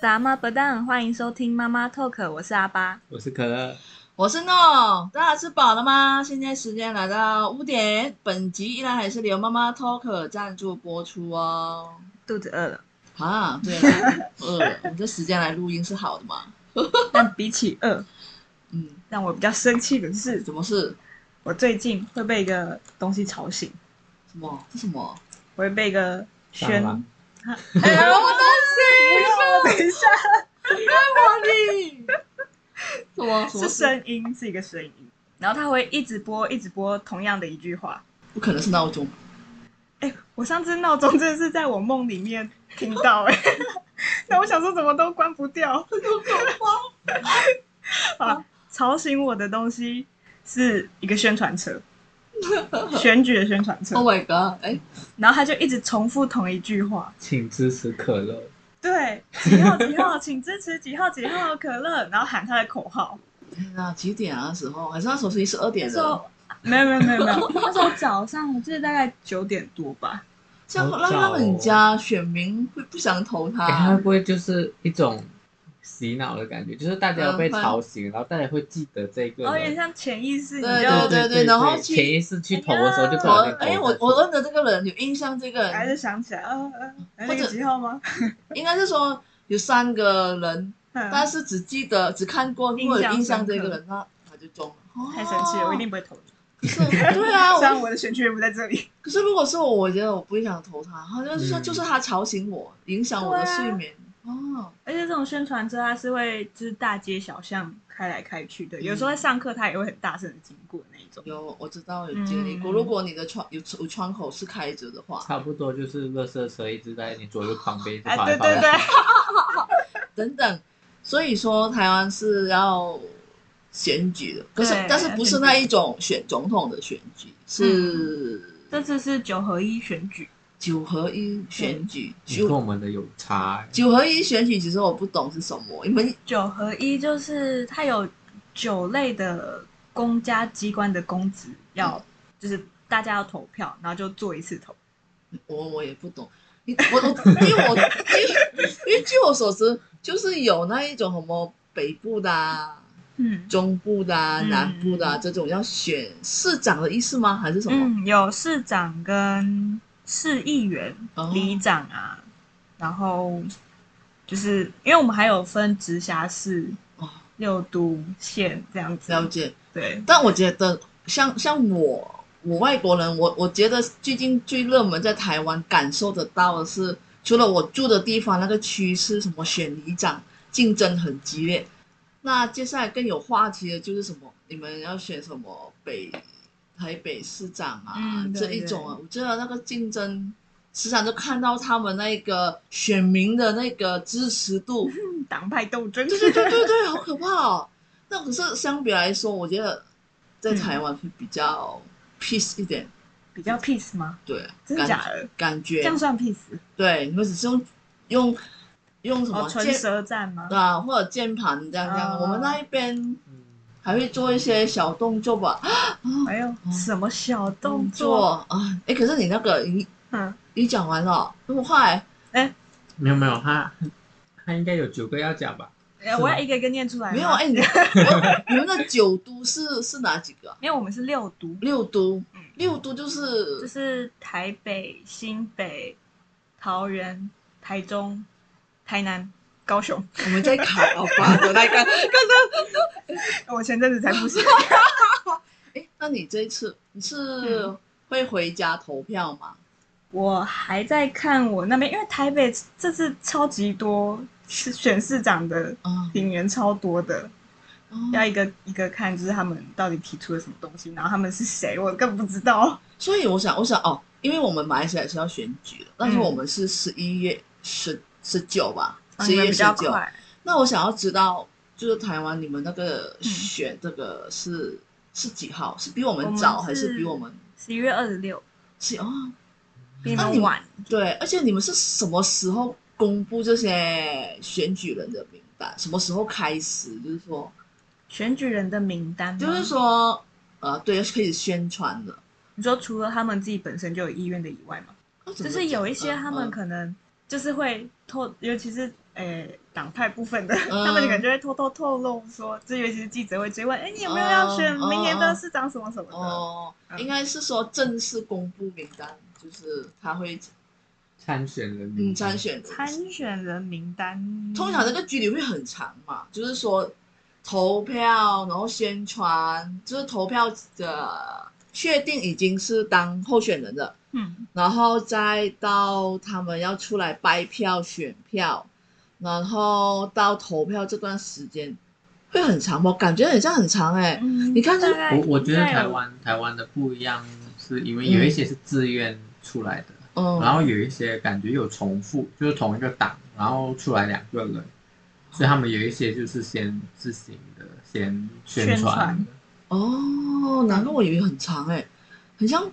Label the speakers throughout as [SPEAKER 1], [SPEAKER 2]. [SPEAKER 1] 打妈不当，欢迎收听妈妈 talk，我是阿巴。
[SPEAKER 2] 我是可乐，
[SPEAKER 3] 我是诺，大家吃饱了吗？现在时间来到五点，本集依然还是由妈妈 Talk 赞助播出哦。
[SPEAKER 1] 肚子饿了，
[SPEAKER 3] 啊，对 了，饿了，我们这时间来录音是好的嘛？
[SPEAKER 1] 但比起饿，
[SPEAKER 3] 嗯，
[SPEAKER 1] 让我比较生气的是，
[SPEAKER 3] 怎么是？
[SPEAKER 1] 我最近会被一个东西吵醒，
[SPEAKER 3] 什么？是什 么？
[SPEAKER 1] 我会被一个宣。
[SPEAKER 2] 蟑螂
[SPEAKER 3] 哎呀，我的
[SPEAKER 1] 等一下，
[SPEAKER 3] 心，什么？什么
[SPEAKER 1] 是
[SPEAKER 3] 事？
[SPEAKER 1] 声音，是一个声音，然后它会一直播，一直播同样的一句话。
[SPEAKER 3] 不可能是 闹钟，
[SPEAKER 1] 哎，我上次闹钟真的是在我梦里面听到哎、 那我想说怎么都关不掉。 啊，吵醒我的东西是一个宣传车，选举的宣传车
[SPEAKER 3] Oh，my god！哎，
[SPEAKER 1] 然后他就一直重复同一句话，
[SPEAKER 2] 请支持可乐。
[SPEAKER 1] 对，几号几号，请支持几号几号可乐，然后喊他的口号。
[SPEAKER 3] 天哪，几点啊？那时候还是那时候是一十二
[SPEAKER 1] 那
[SPEAKER 3] 点
[SPEAKER 1] 时
[SPEAKER 3] 的
[SPEAKER 1] 候。没有没有没有没有，那时候早上我记得大概九点多吧，
[SPEAKER 3] 这样
[SPEAKER 2] 好
[SPEAKER 3] 让
[SPEAKER 2] 早
[SPEAKER 3] 让人
[SPEAKER 2] 哦
[SPEAKER 3] 家选民会不想投他
[SPEAKER 2] 哎、它会不会就是一种洗脑的感觉？就是大家有
[SPEAKER 3] 嗯
[SPEAKER 2] 被吵醒，然后大家会记得这个
[SPEAKER 1] 然哦
[SPEAKER 2] 人。
[SPEAKER 3] 哦
[SPEAKER 1] 后有点像潜意识，你
[SPEAKER 3] 对
[SPEAKER 1] 就
[SPEAKER 2] 对
[SPEAKER 3] 对对然后去
[SPEAKER 2] 潜意识去投的时候就不
[SPEAKER 3] 我
[SPEAKER 2] 小心投
[SPEAKER 3] 哎，我
[SPEAKER 2] 下去
[SPEAKER 3] 我问的这个人有印象，这个
[SPEAKER 1] 还
[SPEAKER 3] 人
[SPEAKER 1] 是想起来，呃呃，哎
[SPEAKER 3] 或
[SPEAKER 1] 那
[SPEAKER 3] 者
[SPEAKER 1] 个几号吗？
[SPEAKER 3] 应该是说有三个人，啊
[SPEAKER 1] 嗯
[SPEAKER 3] 但是只记得只看过
[SPEAKER 1] 印
[SPEAKER 3] 或者
[SPEAKER 1] 象
[SPEAKER 3] 印象
[SPEAKER 1] 深
[SPEAKER 3] 这
[SPEAKER 1] 刻
[SPEAKER 3] 个人，那他就中了。哦
[SPEAKER 1] 太生气了，我一定不会投你。
[SPEAKER 3] 可是对啊，
[SPEAKER 1] 虽然
[SPEAKER 3] 我
[SPEAKER 1] 我的选区也不在这里。
[SPEAKER 3] 可是如果是我，我觉得我不会想投他，好像是说
[SPEAKER 2] 嗯
[SPEAKER 3] 就是他吵醒我，影响我的
[SPEAKER 1] 对啊
[SPEAKER 3] 睡眠。哦，
[SPEAKER 1] 而且这种宣传车它是会就是大街小巷开来开去的，
[SPEAKER 3] 嗯
[SPEAKER 1] 有时候在上课它也会很大声的经过那一种。
[SPEAKER 3] 有我知道有经历过，
[SPEAKER 1] 嗯
[SPEAKER 3] 如果你的窗有有窗口是开着的话，
[SPEAKER 2] 差不多就是垃圾车一直在你左右旁边，
[SPEAKER 1] 哎，
[SPEAKER 2] 跑
[SPEAKER 1] 对
[SPEAKER 2] 来跑
[SPEAKER 1] 对
[SPEAKER 2] 去
[SPEAKER 1] 对，
[SPEAKER 3] 等等。所以说台湾是要选举的，可是
[SPEAKER 1] 对
[SPEAKER 3] 但是不是那一种选总统的选举，是
[SPEAKER 1] 这次是九合一选举，
[SPEAKER 3] 九合一选举。
[SPEAKER 1] 嗯
[SPEAKER 2] 你跟
[SPEAKER 3] 九
[SPEAKER 2] 我们的有差、哎
[SPEAKER 3] 九合一选举其实我不懂是什么，你们
[SPEAKER 1] 九合一就是它有九类的公家机关的公职要，就是大家要投票，然后就做一次投。
[SPEAKER 3] 我我也不懂。你我我因为我因为因为据我所知，就是有那一种什么北部的、啊、
[SPEAKER 1] 嗯
[SPEAKER 3] 中部的、啊、
[SPEAKER 1] 嗯
[SPEAKER 3] 南部的、啊、这种要选市长的意思吗？还是什么？
[SPEAKER 1] 嗯，有市长跟市议员、
[SPEAKER 3] 哦
[SPEAKER 1] 里长啊，然后就是因为我们还有分直辖市、
[SPEAKER 3] 哦
[SPEAKER 1] 六都、县这样子。
[SPEAKER 3] 了解。
[SPEAKER 1] 对，
[SPEAKER 3] 但我觉得像像我我外国人，我我觉得最近最热门在台湾感受得到的是，除了我住的地方那个区是什么选里长，竞争很激烈。那接下来更有话题的就是什么？你们要选什么北台北市长啊、
[SPEAKER 1] 嗯对
[SPEAKER 3] 这一种啊？我觉得那个竞争时常就看到他们那个选民的那个支持度。
[SPEAKER 1] 嗯党派斗争。
[SPEAKER 3] 对对对对对，好可怕哦！那可是相比来说，我觉得
[SPEAKER 1] 嗯
[SPEAKER 3] 在台湾会比较 peace 一点，
[SPEAKER 1] 比较 peace 吗？
[SPEAKER 3] 对，
[SPEAKER 1] 真的
[SPEAKER 3] 感
[SPEAKER 1] 假的？
[SPEAKER 3] 感
[SPEAKER 1] 这
[SPEAKER 3] 觉
[SPEAKER 1] 样算 peace？
[SPEAKER 3] 对，你们只是用用用什么
[SPEAKER 1] 哦，唇
[SPEAKER 3] 键
[SPEAKER 1] 舌战吗？
[SPEAKER 3] 啊，或者键盘这样这样。
[SPEAKER 1] 哦
[SPEAKER 3] 我们那一边
[SPEAKER 2] 嗯
[SPEAKER 3] 还会做一些小动作吧，
[SPEAKER 1] 哎呦，什么小动作？
[SPEAKER 3] 作啊，哎，可是你那个你
[SPEAKER 1] 嗯，
[SPEAKER 3] 你讲完了那么快，
[SPEAKER 1] 哎
[SPEAKER 2] 没有没有，他他应该有九个要讲吧？
[SPEAKER 1] 哎我要一个一个念出来吗。
[SPEAKER 3] 没有 哎，你你们的九都是是哪几个啊？
[SPEAKER 1] 因为我们是六都，
[SPEAKER 3] 六都
[SPEAKER 1] 嗯，
[SPEAKER 3] 六都就是
[SPEAKER 1] 就是台北、新北、桃园、台中、台南、高雄。
[SPEAKER 3] 我们在考好吧的那个。
[SPEAKER 1] 我前阵子才不 行。
[SPEAKER 3] 哎，那你这一次你是
[SPEAKER 1] 嗯
[SPEAKER 3] 会回家投票吗？
[SPEAKER 1] 我还在看我那边，因为台北这次超级多是选市长的
[SPEAKER 3] 啊、
[SPEAKER 1] 顶员超多的，要
[SPEAKER 3] 哦，
[SPEAKER 1] 一个一个看，就是他们到底提出了什么东西，然后他们是谁，我更不知道。
[SPEAKER 3] 所以我想，我想哦，因为我们马来西亚是要选举的，但
[SPEAKER 1] 嗯
[SPEAKER 3] 是我们是十一月十十九吧，十
[SPEAKER 1] 啊你
[SPEAKER 3] 一
[SPEAKER 1] 们
[SPEAKER 3] 月
[SPEAKER 1] 比
[SPEAKER 3] 十
[SPEAKER 1] 较
[SPEAKER 3] 九。
[SPEAKER 1] 快，
[SPEAKER 3] 那我想要知道，就是台湾你们那个
[SPEAKER 1] 嗯
[SPEAKER 3] 选这个是、是几号？是比我
[SPEAKER 1] 我
[SPEAKER 3] 们
[SPEAKER 1] 们
[SPEAKER 3] 早还是
[SPEAKER 1] 是
[SPEAKER 3] 比我们
[SPEAKER 1] 十一月二十六，
[SPEAKER 3] 是哦？
[SPEAKER 1] 比你
[SPEAKER 3] 那
[SPEAKER 1] 们
[SPEAKER 3] 你
[SPEAKER 1] 晚。
[SPEAKER 3] 对，而且你们是什么时候公布这些选举人的名单？什么时候开始？就是说，
[SPEAKER 1] 选举人的名单吗，
[SPEAKER 3] 就是说，呃，对，可以宣传的，
[SPEAKER 1] 你说除了他们自己本身就有意愿的以外嘛，
[SPEAKER 3] 就嗯
[SPEAKER 1] 就是有一些他们
[SPEAKER 3] 可
[SPEAKER 1] 可能就是会透，尤其是哎、呃党派部分的，
[SPEAKER 3] 嗯
[SPEAKER 1] 他们可能就会偷偷透露说，这尤其是记者会追问，哎，你有没有要选
[SPEAKER 3] 哦
[SPEAKER 1] 明年的市长什么什么的？
[SPEAKER 3] 哦，
[SPEAKER 1] 嗯
[SPEAKER 3] 应该是说正式公布名单，就是他会
[SPEAKER 2] 参选人名
[SPEAKER 3] 嗯
[SPEAKER 2] 单
[SPEAKER 3] 参选人
[SPEAKER 1] 参选人名单，
[SPEAKER 3] 通常那个距离会很长嘛，就是说投票，然后宣传，就是投票的确定已经是当候选人了，
[SPEAKER 1] 嗯
[SPEAKER 3] 然后再到他们要出来掰票、选票，然后到投票这段时间会很长吗？我感觉很像很长哎、
[SPEAKER 1] 嗯，
[SPEAKER 3] 你看这
[SPEAKER 1] 大概
[SPEAKER 2] 我我觉得
[SPEAKER 1] 应该
[SPEAKER 2] 台
[SPEAKER 1] 有
[SPEAKER 2] 湾台湾的不一样，是因为
[SPEAKER 3] 嗯
[SPEAKER 2] 有一些是自愿出来的，
[SPEAKER 3] 嗯，
[SPEAKER 2] 然后有一些感觉有重复，就是同一个党，然后出来两个人，所以他们有一些就是先自行的先宣
[SPEAKER 1] 宣传
[SPEAKER 3] 哦，难怪我以为很长哎、很像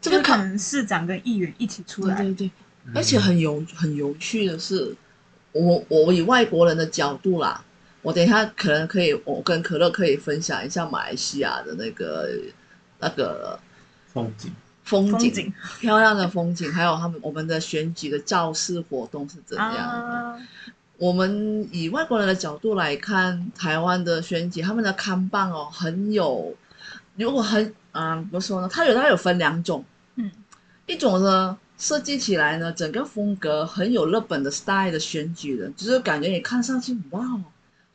[SPEAKER 3] 这个
[SPEAKER 1] 就是可
[SPEAKER 3] 看，
[SPEAKER 1] 能市长跟议员一起出
[SPEAKER 3] 对
[SPEAKER 1] 来，
[SPEAKER 3] 对对。
[SPEAKER 2] 嗯
[SPEAKER 3] 而且很有很有趣的是，我我以外国人的角度啦，我等一下可能可以，我跟可乐可以分享一下马来西亚的那个那个
[SPEAKER 2] 风景，
[SPEAKER 3] 风景
[SPEAKER 1] 风景
[SPEAKER 3] 漂亮的风景，还有他们我们的选举的造势活动是怎样的。
[SPEAKER 1] 啊，
[SPEAKER 3] 我们以外国人的角度来看，台湾的选举，他们的看棒哦，很有，如果很啊、怎么说呢？它有它有分两种，
[SPEAKER 1] 嗯，
[SPEAKER 3] 一种呢设计起来呢，整个风格很有日本的 style 的选举人，就是感觉你看上去哇哦，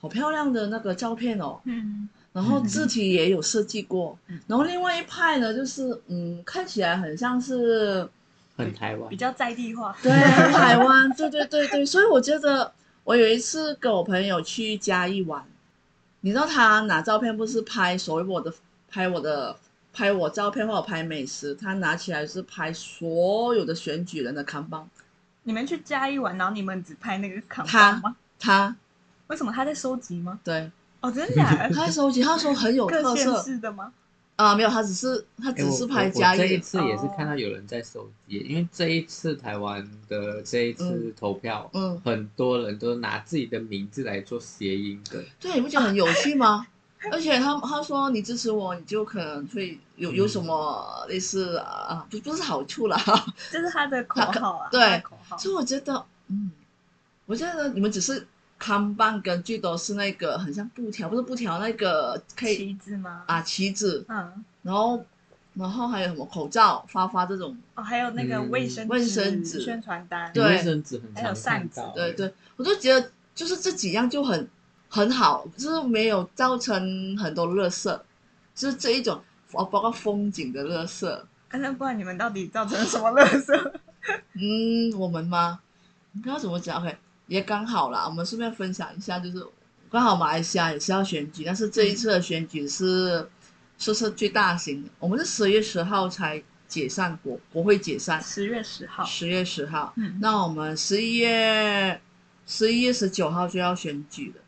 [SPEAKER 3] 好漂亮的那个照片哦，
[SPEAKER 1] 嗯
[SPEAKER 3] 然后
[SPEAKER 2] 嗯
[SPEAKER 3] 字体也有设计过，
[SPEAKER 1] 嗯
[SPEAKER 3] 然后另外一派呢，就是嗯，看起来很像是
[SPEAKER 2] 很台湾
[SPEAKER 1] 比，较在地化，
[SPEAKER 3] 对，台湾，对对对对，所以我觉得我有一次跟我朋友去嘉义玩，你知道他拿照片不是拍所谓我的拍我的拍我照片或者拍美食，他拿起来是拍所有的选举人的看板，
[SPEAKER 1] 你们去嘉义玩，然后你们只拍那个扛
[SPEAKER 3] 他
[SPEAKER 1] 棒吗？
[SPEAKER 3] 他
[SPEAKER 1] 为什么他在收集吗？
[SPEAKER 3] 对
[SPEAKER 1] 哦，真 的假的？
[SPEAKER 3] 他收集，他说很有
[SPEAKER 1] 各
[SPEAKER 3] 特
[SPEAKER 1] 县
[SPEAKER 3] 色
[SPEAKER 1] 市的吗？
[SPEAKER 3] 啊、没有，他只是他
[SPEAKER 2] 哎
[SPEAKER 3] 只
[SPEAKER 2] 我
[SPEAKER 3] 是
[SPEAKER 2] 我
[SPEAKER 3] 拍哦
[SPEAKER 2] 我
[SPEAKER 3] 嘉
[SPEAKER 2] 这一
[SPEAKER 3] 义，
[SPEAKER 2] 次也是看到有人在收集，因为这一次台湾的这一次投票，
[SPEAKER 3] 嗯，
[SPEAKER 2] 很多人都拿自己的名字来做谐音梗，
[SPEAKER 3] 对，你不觉得很有趣吗？而且他他说你支持我，你就可能会有有什么类似啊，不不是好处啦。
[SPEAKER 1] 这是他的口号啊，
[SPEAKER 3] 对
[SPEAKER 1] 他的口号。
[SPEAKER 3] 所以我觉得，嗯，我觉得你们只是看棒跟最多是那个很像布条，不是布条那个可以
[SPEAKER 1] 旗子吗？
[SPEAKER 3] 啊旗子，
[SPEAKER 1] 嗯，
[SPEAKER 3] 然后然后还有什么口罩、发发这种，
[SPEAKER 1] 哦，还有那个
[SPEAKER 2] 嗯
[SPEAKER 1] 卫生
[SPEAKER 3] 卫生纸
[SPEAKER 1] 宣传单，
[SPEAKER 3] 对
[SPEAKER 2] 卫生纸很
[SPEAKER 1] 还哦有
[SPEAKER 2] 常
[SPEAKER 1] 扇
[SPEAKER 2] 看
[SPEAKER 1] 子
[SPEAKER 2] 到，哎
[SPEAKER 3] 对对，我就觉得就是这几样就很很好，就是没有造成很多垃圾，就是这一种哦，包括风景的垃圾，
[SPEAKER 1] 啊那不然你们到底造成了什么垃圾？
[SPEAKER 3] 嗯，我们吗？你知道怎么讲？OK，也刚好啦。我们顺便分享一下，就是刚好马来西亚也是要选举，但是这一次的选举是说是最大型的。我们是十月十号才解散国国会解散，
[SPEAKER 1] 十月十号，
[SPEAKER 3] 十月十号。
[SPEAKER 1] 嗯，
[SPEAKER 3] 那我们十一月十一月十九号就要选举了，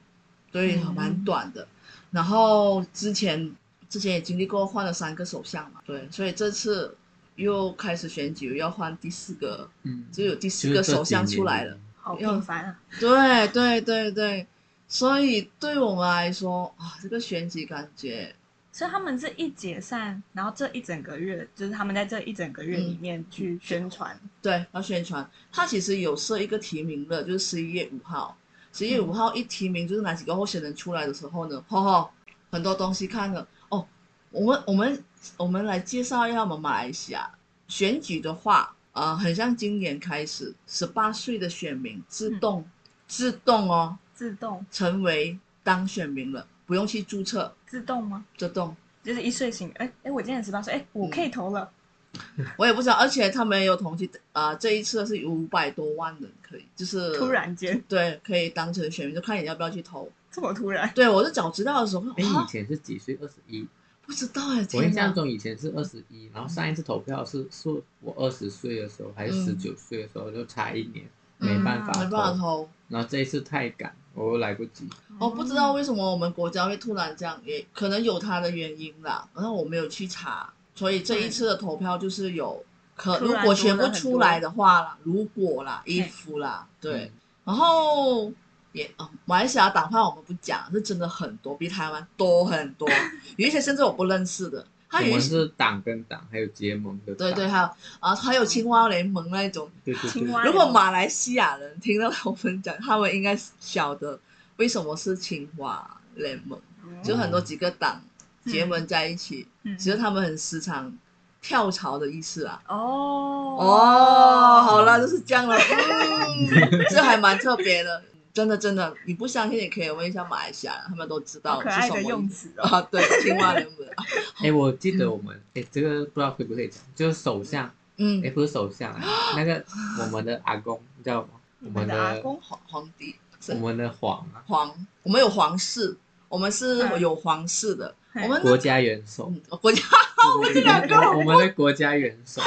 [SPEAKER 3] 所以
[SPEAKER 1] 嗯
[SPEAKER 3] 蛮短的。然后之前之前也经历过换了三个首相嘛，对，所以这次又开始选举，又要换第四个。
[SPEAKER 2] 嗯，
[SPEAKER 3] 就有第
[SPEAKER 2] 就
[SPEAKER 3] 四
[SPEAKER 2] 是
[SPEAKER 3] 个
[SPEAKER 2] 这
[SPEAKER 3] 首
[SPEAKER 2] 几
[SPEAKER 3] 相
[SPEAKER 2] 年哎
[SPEAKER 3] 出来了。
[SPEAKER 1] 好频繁啊，
[SPEAKER 3] 对对对对，所以对我们来说啊，这个选举感觉
[SPEAKER 1] 所以他们是一解散，然后这一整个月，就是他们在这一整个
[SPEAKER 3] 嗯
[SPEAKER 1] 月里面去宣传，
[SPEAKER 3] 对要宣传，他其实有设一个提名的，就是十一月五号，十一月五号一提名就是哪几个候选人出来的时候呢，吼吼，很多东西看了哦。我们我们我们来介绍一下我们马来西亚选举的话，啊，很像今年开始，十八岁的选民自动、自动哦
[SPEAKER 1] 自动
[SPEAKER 3] 成为当选民了，不用去注册，
[SPEAKER 1] 自动吗？
[SPEAKER 3] 自动。
[SPEAKER 1] 就是一睡醒，哎哎，我今年十八岁，哎，
[SPEAKER 3] 嗯
[SPEAKER 1] 我可以投了，
[SPEAKER 3] 我也不知道，而且他们也有统计，啊、这一次是有五百多万人可以，就是
[SPEAKER 1] 突然间
[SPEAKER 3] 对，可以当成选民，就看你要不要去投。
[SPEAKER 1] 这么突然，
[SPEAKER 3] 对我是早知道的时候，
[SPEAKER 2] 哎，以
[SPEAKER 3] 啊，
[SPEAKER 2] 前是几岁？二十一。
[SPEAKER 3] 不知道哎，
[SPEAKER 2] 我
[SPEAKER 3] 天
[SPEAKER 2] 印象
[SPEAKER 3] 哪！
[SPEAKER 2] 中以前是二十一，然后上一次投票是是我二十岁的时候还是十
[SPEAKER 3] 嗯
[SPEAKER 2] 九岁的时候，就差一年，
[SPEAKER 3] 嗯
[SPEAKER 2] 没办法
[SPEAKER 3] 没办
[SPEAKER 2] 投。
[SPEAKER 3] 法投，
[SPEAKER 2] 然后这一次太赶，我又来不及。
[SPEAKER 3] 我、哦不知道为什么我们国家会突然这样，也可能有它的原因啦。然后我没有去查，所以这一次的投票就是有可，
[SPEAKER 1] 突
[SPEAKER 3] 如
[SPEAKER 1] 然
[SPEAKER 3] 果全
[SPEAKER 1] 多
[SPEAKER 3] 部
[SPEAKER 1] 了很
[SPEAKER 3] 出
[SPEAKER 1] 多
[SPEAKER 3] 来的话啦，如果啦，衣
[SPEAKER 1] 对
[SPEAKER 3] 服啦，对，
[SPEAKER 2] 嗯，
[SPEAKER 3] 然后也哦，马来西亚党派我们不讲，是真的很多，比台湾多很多。有一些甚至我不认识的，它
[SPEAKER 2] 我
[SPEAKER 3] 有一
[SPEAKER 2] 们
[SPEAKER 3] 些
[SPEAKER 2] 是党跟党，还有结盟的党。
[SPEAKER 3] 对对，还有啊，还有青蛙联盟那一种。
[SPEAKER 2] 对对
[SPEAKER 1] 青
[SPEAKER 2] 对
[SPEAKER 1] 蛙
[SPEAKER 3] 如果马来西亚人听到我们讲，他们应该晓得为什么是青蛙联盟，就很多几个党
[SPEAKER 1] 嗯
[SPEAKER 3] 结盟在一起，
[SPEAKER 1] 嗯
[SPEAKER 3] 其实他们很时常跳槽的意思啊。
[SPEAKER 1] 哦
[SPEAKER 3] 哦，好了，就是这样了，嗯，这还蛮特别的，真的真的，你不相信也可以问一下马来西亚人，他们都知
[SPEAKER 1] 好
[SPEAKER 3] 道
[SPEAKER 1] 可
[SPEAKER 3] 是
[SPEAKER 1] 爱
[SPEAKER 3] 什
[SPEAKER 1] 的
[SPEAKER 3] 么
[SPEAKER 1] 用
[SPEAKER 3] 意思
[SPEAKER 1] 词哦。
[SPEAKER 3] 啊，对，青蛙联盟，
[SPEAKER 2] 哎，我记得我们哎，这个不知道可不可以讲，就是首相，
[SPEAKER 3] 嗯
[SPEAKER 2] 哎，，不是首相啊，那个我们的阿公，你知道吗？我们
[SPEAKER 1] 你们的阿
[SPEAKER 2] 的
[SPEAKER 1] 公
[SPEAKER 3] 皇皇帝是
[SPEAKER 2] 我们的皇啊，
[SPEAKER 3] 皇，我们有皇室，我们是
[SPEAKER 1] 嗯
[SPEAKER 3] 有皇室的，
[SPEAKER 1] 嗯
[SPEAKER 3] 我们
[SPEAKER 2] 国家元首。
[SPEAKER 3] 嗯国家
[SPEAKER 2] 我们两个，我们的国家元首，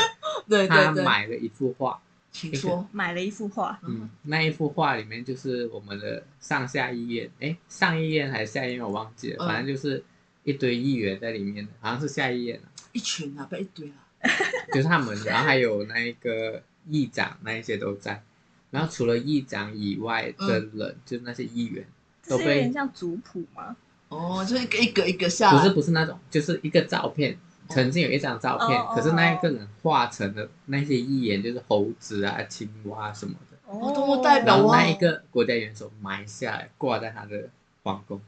[SPEAKER 3] 对
[SPEAKER 2] 他
[SPEAKER 3] 对对，
[SPEAKER 2] 买了一幅画，
[SPEAKER 3] 请说，
[SPEAKER 1] 买了一幅画，
[SPEAKER 2] 嗯，那一幅画里面就是我们的上下议院，哎，上议院还是下议院我忘记了，
[SPEAKER 3] 嗯
[SPEAKER 2] 反正就是一堆议员在里面，好像是下议院啊，
[SPEAKER 3] 一群啊，不要一堆啊，
[SPEAKER 2] 就是他们，然后还有那一个议长那一些都在，然后除了议长以外的人，就是那些议员
[SPEAKER 1] 这
[SPEAKER 2] 都
[SPEAKER 1] 是有点
[SPEAKER 2] 被，
[SPEAKER 1] 像族谱吗？
[SPEAKER 3] 哦，就是一个一个一个下
[SPEAKER 2] 不是
[SPEAKER 3] 来，
[SPEAKER 2] 不是那种，就是一个照片。曾经有一张照片
[SPEAKER 1] 哦哦
[SPEAKER 2] 可是那一个人画成的那些议员就是猴子啊、青蛙什么的，
[SPEAKER 1] 哦
[SPEAKER 3] 动物代表
[SPEAKER 2] 然后
[SPEAKER 3] 哇
[SPEAKER 2] 那一个国家元首埋下来，挂在他的皇宫，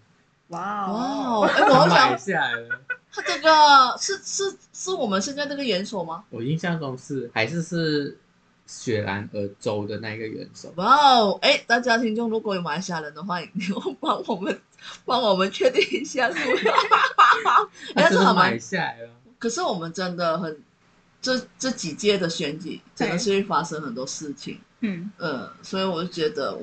[SPEAKER 1] 哇
[SPEAKER 3] 哇
[SPEAKER 1] 哦，
[SPEAKER 3] 哦，哎，我好
[SPEAKER 2] 埋
[SPEAKER 3] 想
[SPEAKER 2] 下来了。
[SPEAKER 3] 他这个是是是我们现在这个元首吗？
[SPEAKER 2] 我印象中是还是是雪兰莪州的那个元首，
[SPEAKER 3] 哇哦！哎，大家听众如果有马来西亚人的话，你要帮我们 帮我们确定一 下是不是？
[SPEAKER 2] 他
[SPEAKER 3] 但
[SPEAKER 2] 真
[SPEAKER 3] 是
[SPEAKER 2] 的
[SPEAKER 3] 哎好
[SPEAKER 2] 埋
[SPEAKER 3] 蛮，
[SPEAKER 2] 下来了。
[SPEAKER 3] 可是我们真的很这这几届的选举真的是会发生很多事情，
[SPEAKER 1] 嗯，
[SPEAKER 3] 呃，所以我就觉得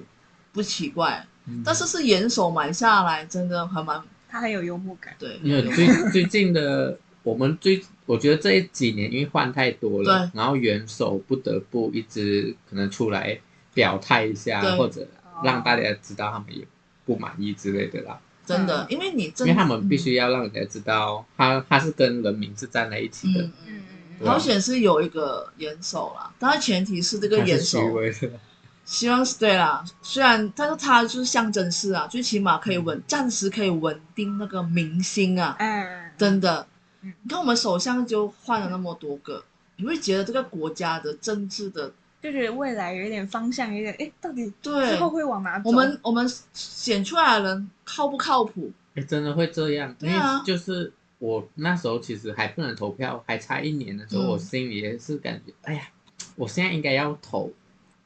[SPEAKER 3] 不奇怪。
[SPEAKER 2] 嗯
[SPEAKER 3] 但是是严守买下来，真的还蛮
[SPEAKER 1] 他很有幽默感，
[SPEAKER 3] 对。
[SPEAKER 2] 因为最最近的我们最，我觉得这几年因为换太多了，然后元首不得不一直可能出来表态一下，
[SPEAKER 3] 对哦
[SPEAKER 2] 或者让大家知道他们也不满意之类的啦。
[SPEAKER 3] 真的
[SPEAKER 1] 嗯，
[SPEAKER 3] 因为你
[SPEAKER 2] 因
[SPEAKER 3] 真的，嗯
[SPEAKER 2] 为他们必须要让人家知道他他是跟人民是站在一起的
[SPEAKER 3] 嗯，嗯
[SPEAKER 1] 嗯嗯
[SPEAKER 3] 嗯，
[SPEAKER 2] 对啊
[SPEAKER 3] 好险是有一个严守啦，当然前提是这个
[SPEAKER 2] 他是
[SPEAKER 3] 严
[SPEAKER 2] 虚
[SPEAKER 3] 守
[SPEAKER 2] 伪的。
[SPEAKER 3] 希望是对啦，虽然，但是它就是象征式啊，最起码可以稳，暂时可以稳定那个民心啊，
[SPEAKER 1] 嗯，
[SPEAKER 3] 真的。
[SPEAKER 1] 嗯
[SPEAKER 3] 你看我们首相就换了那么多个，你会觉得这个国家的政治的，
[SPEAKER 1] 就是未来有点方向，有点哎，到底
[SPEAKER 3] 对
[SPEAKER 1] 之后会往哪走？
[SPEAKER 3] 我们我们选出来的人靠不靠谱？
[SPEAKER 2] 哎、真的会这样，因
[SPEAKER 3] 对
[SPEAKER 2] 为
[SPEAKER 3] 啊
[SPEAKER 2] 就是我那时候其实还不能投票，还差一年的时候，
[SPEAKER 3] 嗯
[SPEAKER 2] 我心里也是感觉，哎呀，我现在应该要投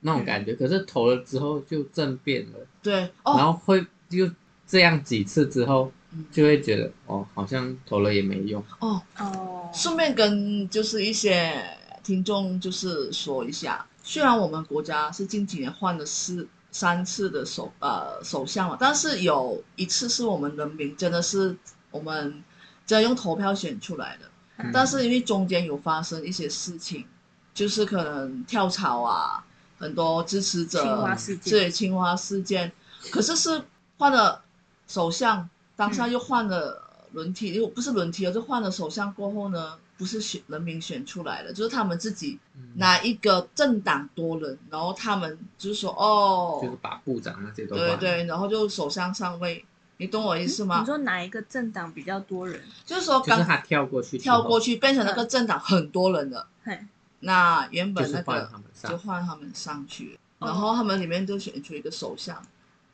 [SPEAKER 2] 那
[SPEAKER 3] 嗯
[SPEAKER 2] 种感觉。可是投了之后就政变了，
[SPEAKER 3] 对
[SPEAKER 2] 然
[SPEAKER 3] 哦，
[SPEAKER 2] 后会就这样几次之后，
[SPEAKER 3] 嗯
[SPEAKER 2] 就会觉得哦，好像投了也没用。
[SPEAKER 3] 哦，
[SPEAKER 1] 哦，
[SPEAKER 3] 顺便跟就是一些听众就是说一下，虽然我们国家是近几年换了四三次的首呃首相嘛，但是有一次是我们人民真的是我们真的用投票选出来的，
[SPEAKER 1] 嗯
[SPEAKER 3] 但是因为中间有发生一些事情，就是可能跳槽啊，很多支持者
[SPEAKER 1] 青蛙事件
[SPEAKER 3] 对青蛙事件，可是是换了首相，当下又换了轮替，又不是轮替了，就换了首相过后呢，不是选人民选出来的，就是他们自己
[SPEAKER 2] 嗯
[SPEAKER 3] 哪一个政党多人，然后他们就是说哦，
[SPEAKER 2] 就是把部长那些都换
[SPEAKER 3] 对
[SPEAKER 2] 了。
[SPEAKER 3] 对，然后就首相上位，你懂我意思吗
[SPEAKER 1] 你？说哪一个政党比较多人？
[SPEAKER 3] 就是说
[SPEAKER 2] 就是
[SPEAKER 3] 刚
[SPEAKER 2] 他跳过去之后，
[SPEAKER 3] 跳过去变成那个政党很多人的，
[SPEAKER 1] 嘿，
[SPEAKER 3] 那原
[SPEAKER 2] 就
[SPEAKER 3] 本
[SPEAKER 2] 是
[SPEAKER 3] 那
[SPEAKER 2] 换
[SPEAKER 3] 个
[SPEAKER 2] 他们上
[SPEAKER 3] 就。换他们上去，
[SPEAKER 1] 哦
[SPEAKER 3] 然后他们里面就选出一个首相，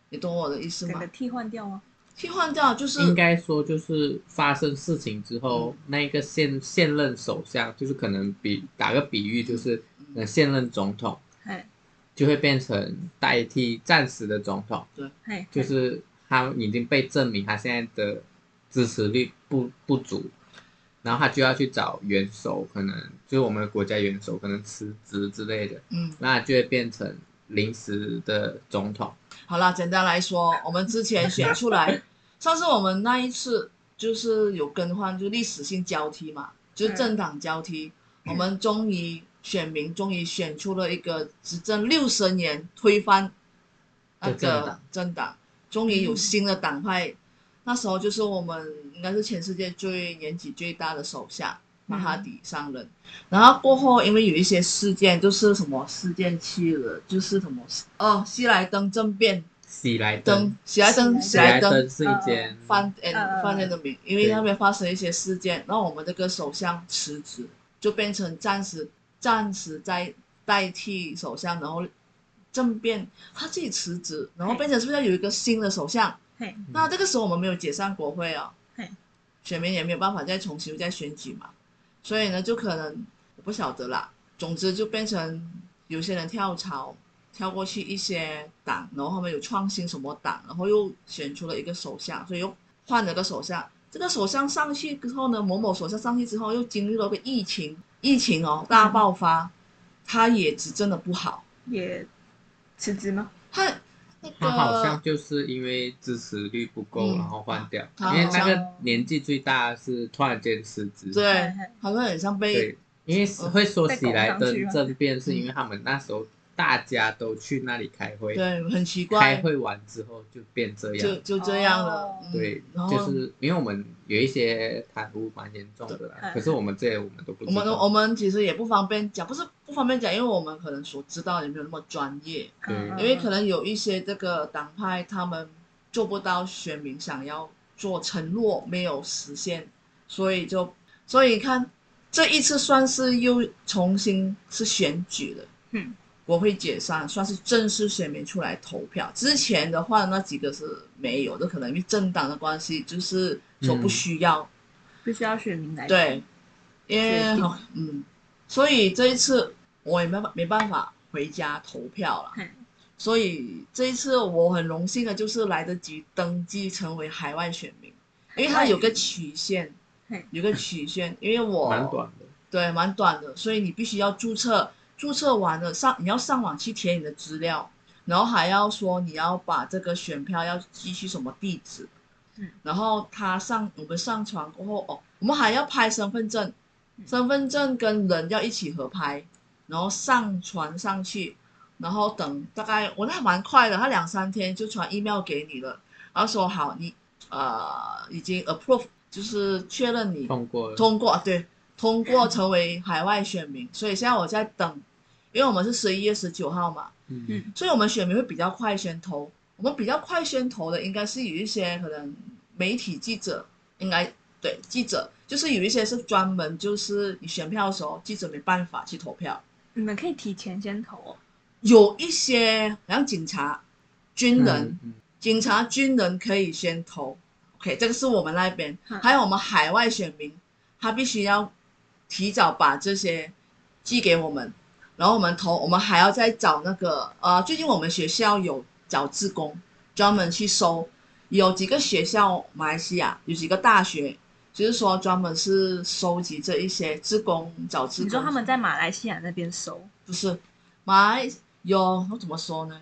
[SPEAKER 3] 你懂我的意思
[SPEAKER 1] 整
[SPEAKER 3] 吗
[SPEAKER 1] 个？替换掉吗？
[SPEAKER 3] 替换掉就是
[SPEAKER 2] 应该说，就是发生事情之后，那一个现现任首相，就是可能比打个比喻，就是呃
[SPEAKER 3] 嗯
[SPEAKER 2] 现任总统
[SPEAKER 1] 嘿，
[SPEAKER 2] 就会变成代替暂时的总统，
[SPEAKER 1] 嘿，
[SPEAKER 2] 就是他已经被证明他现在的支持率不不足，然后他就要去找元首，可能就是我们的国家元首可能辞职之类的，
[SPEAKER 3] 嗯，
[SPEAKER 2] 那就会变成临时的总统。
[SPEAKER 3] 好啦，简单来说，我们之前选出来， 上次我们那一次就是有更换，就历史性交替嘛，就是政党交替，
[SPEAKER 1] 嗯
[SPEAKER 3] 我们终于选民终于选出了一个执政六十年推翻那
[SPEAKER 2] 的政
[SPEAKER 3] 个
[SPEAKER 2] 党
[SPEAKER 3] 政党，终于有新的党派。那时候就是我们应该是全世界最年纪最大的首相马哈迪上任，然后过后因为有一些事件，就是什么事件期了，就是什么哦，西莱登政变
[SPEAKER 2] 喜来登
[SPEAKER 3] 登，喜来登，
[SPEAKER 1] 喜
[SPEAKER 3] 喜
[SPEAKER 1] 来
[SPEAKER 3] 来
[SPEAKER 2] 登
[SPEAKER 3] 登呃
[SPEAKER 2] 是一间
[SPEAKER 3] 翻
[SPEAKER 1] 嗯
[SPEAKER 3] and 翻 and 的名，因为那边发生一些事件，然后我们这个首相辞职，就变成暂时暂时在代替首相，然后政变他自己辞职，然后变成是不是要有一个新的首相？
[SPEAKER 1] 嘿，
[SPEAKER 3] 那这个时候我们没有解散国会哦
[SPEAKER 1] 嘿，
[SPEAKER 3] 选民也没有办法再重新再选举嘛，所以呢，就可能我不晓得啦。总之就变成有些人跳槽，跳过去一些党，然后他们有创新什么党，然后又选出了一个首相，所以又换了个首相。这个首相上去之后呢，某某首相上去之后，又经历了个疫情，疫情哦大爆发，他也执政的不好，
[SPEAKER 1] 也辞职吗？
[SPEAKER 3] 他那
[SPEAKER 2] 他好像
[SPEAKER 3] 个
[SPEAKER 2] 就是因为支持率不够，
[SPEAKER 3] 嗯
[SPEAKER 2] 然后换掉，
[SPEAKER 3] 他好
[SPEAKER 2] 因为那个
[SPEAKER 1] 像
[SPEAKER 2] 年纪最大是突然间辞职。
[SPEAKER 3] 对哦
[SPEAKER 1] 嘿嘿，
[SPEAKER 3] 好像很像被
[SPEAKER 2] 对，因为会说喜来
[SPEAKER 1] 被拱上去
[SPEAKER 2] 登
[SPEAKER 1] 吗
[SPEAKER 2] 政变，
[SPEAKER 3] 嗯
[SPEAKER 2] 是因为他们那时候大家都去那里开会，
[SPEAKER 3] 对很奇
[SPEAKER 2] 开
[SPEAKER 3] 怪，
[SPEAKER 2] 会完之后就变这
[SPEAKER 3] 就
[SPEAKER 2] 样。
[SPEAKER 3] 就这样了。嗯
[SPEAKER 2] 对，
[SPEAKER 3] 然
[SPEAKER 2] 就
[SPEAKER 3] 后
[SPEAKER 2] 是因为我们有一些贪污蛮严重的啦
[SPEAKER 1] 对，
[SPEAKER 2] 可是我们这些我们都不知
[SPEAKER 3] 我们我
[SPEAKER 2] 道。
[SPEAKER 3] 们其实也不方便讲，不是不方便讲，因为我们可能所知道也没有那么专业，
[SPEAKER 2] 对
[SPEAKER 1] 嗯嗯
[SPEAKER 3] 因为可能有一些这个党派他们做不到选民想要做承诺没有实现，所以就所以看这一次算是又重新是选举了，
[SPEAKER 1] 嗯，
[SPEAKER 3] 国会解散算是正式选民出来投票，之前的话那几个是没有的，可能因为政党的关系，就是说不
[SPEAKER 2] 嗯
[SPEAKER 3] 需要。
[SPEAKER 1] 必须要选民来
[SPEAKER 3] 对，因为
[SPEAKER 1] 决定
[SPEAKER 3] 好嗯，所以这一次我也没办没办法回家投票了，
[SPEAKER 1] 嘿
[SPEAKER 3] 所以这一次我很荣幸的就是来得及登记成为海外选民，因为它有个期限
[SPEAKER 1] 嘿，
[SPEAKER 3] 有个期限，因为我
[SPEAKER 2] 蛮短的，
[SPEAKER 3] 对蛮短的，所以你必须要注册，注册完了上你要上网去填你的资料，然后还要说你要把这个选票要寄去什么地址，
[SPEAKER 1] 嗯，
[SPEAKER 3] 然后他上我们上传过后哦，我们还要拍身份证，
[SPEAKER 1] 嗯
[SPEAKER 3] 身份证跟人要一起合拍，然后上传上去，然后等大概我那蛮快的，他两三天就传 email 给你了，然后说好你呃已经 approve 就是确认你
[SPEAKER 2] 通过了。
[SPEAKER 3] 通过，对，通过成为海外选民。所以现在我在等，因为我们是十一月十九号嘛，
[SPEAKER 2] 嗯
[SPEAKER 1] 嗯
[SPEAKER 3] 所以我们选民会比较快宣投。我们比较快宣投的应该是有一些可能媒体记者，应该对记者，就是有一些是专门就是你选票的时候，记者没办法去投票。
[SPEAKER 1] 你们可以提前先投哦。
[SPEAKER 3] 有一些好像警察、军人，
[SPEAKER 2] 嗯嗯
[SPEAKER 3] 警察、军人可以先投。OK，这个是我们那边，
[SPEAKER 1] 嗯
[SPEAKER 3] 还有我们海外选民，他必须要提早把这些寄给我们，然后我们投，我们还要再找那个呃，最近我们学校有找志工，专门去收，有几个学校，马来西亚有几个大学，就是说专门是收集这一些志工找志工。
[SPEAKER 1] 你说他们在马来西亚那边收，
[SPEAKER 3] 不是，马来有我怎么说呢？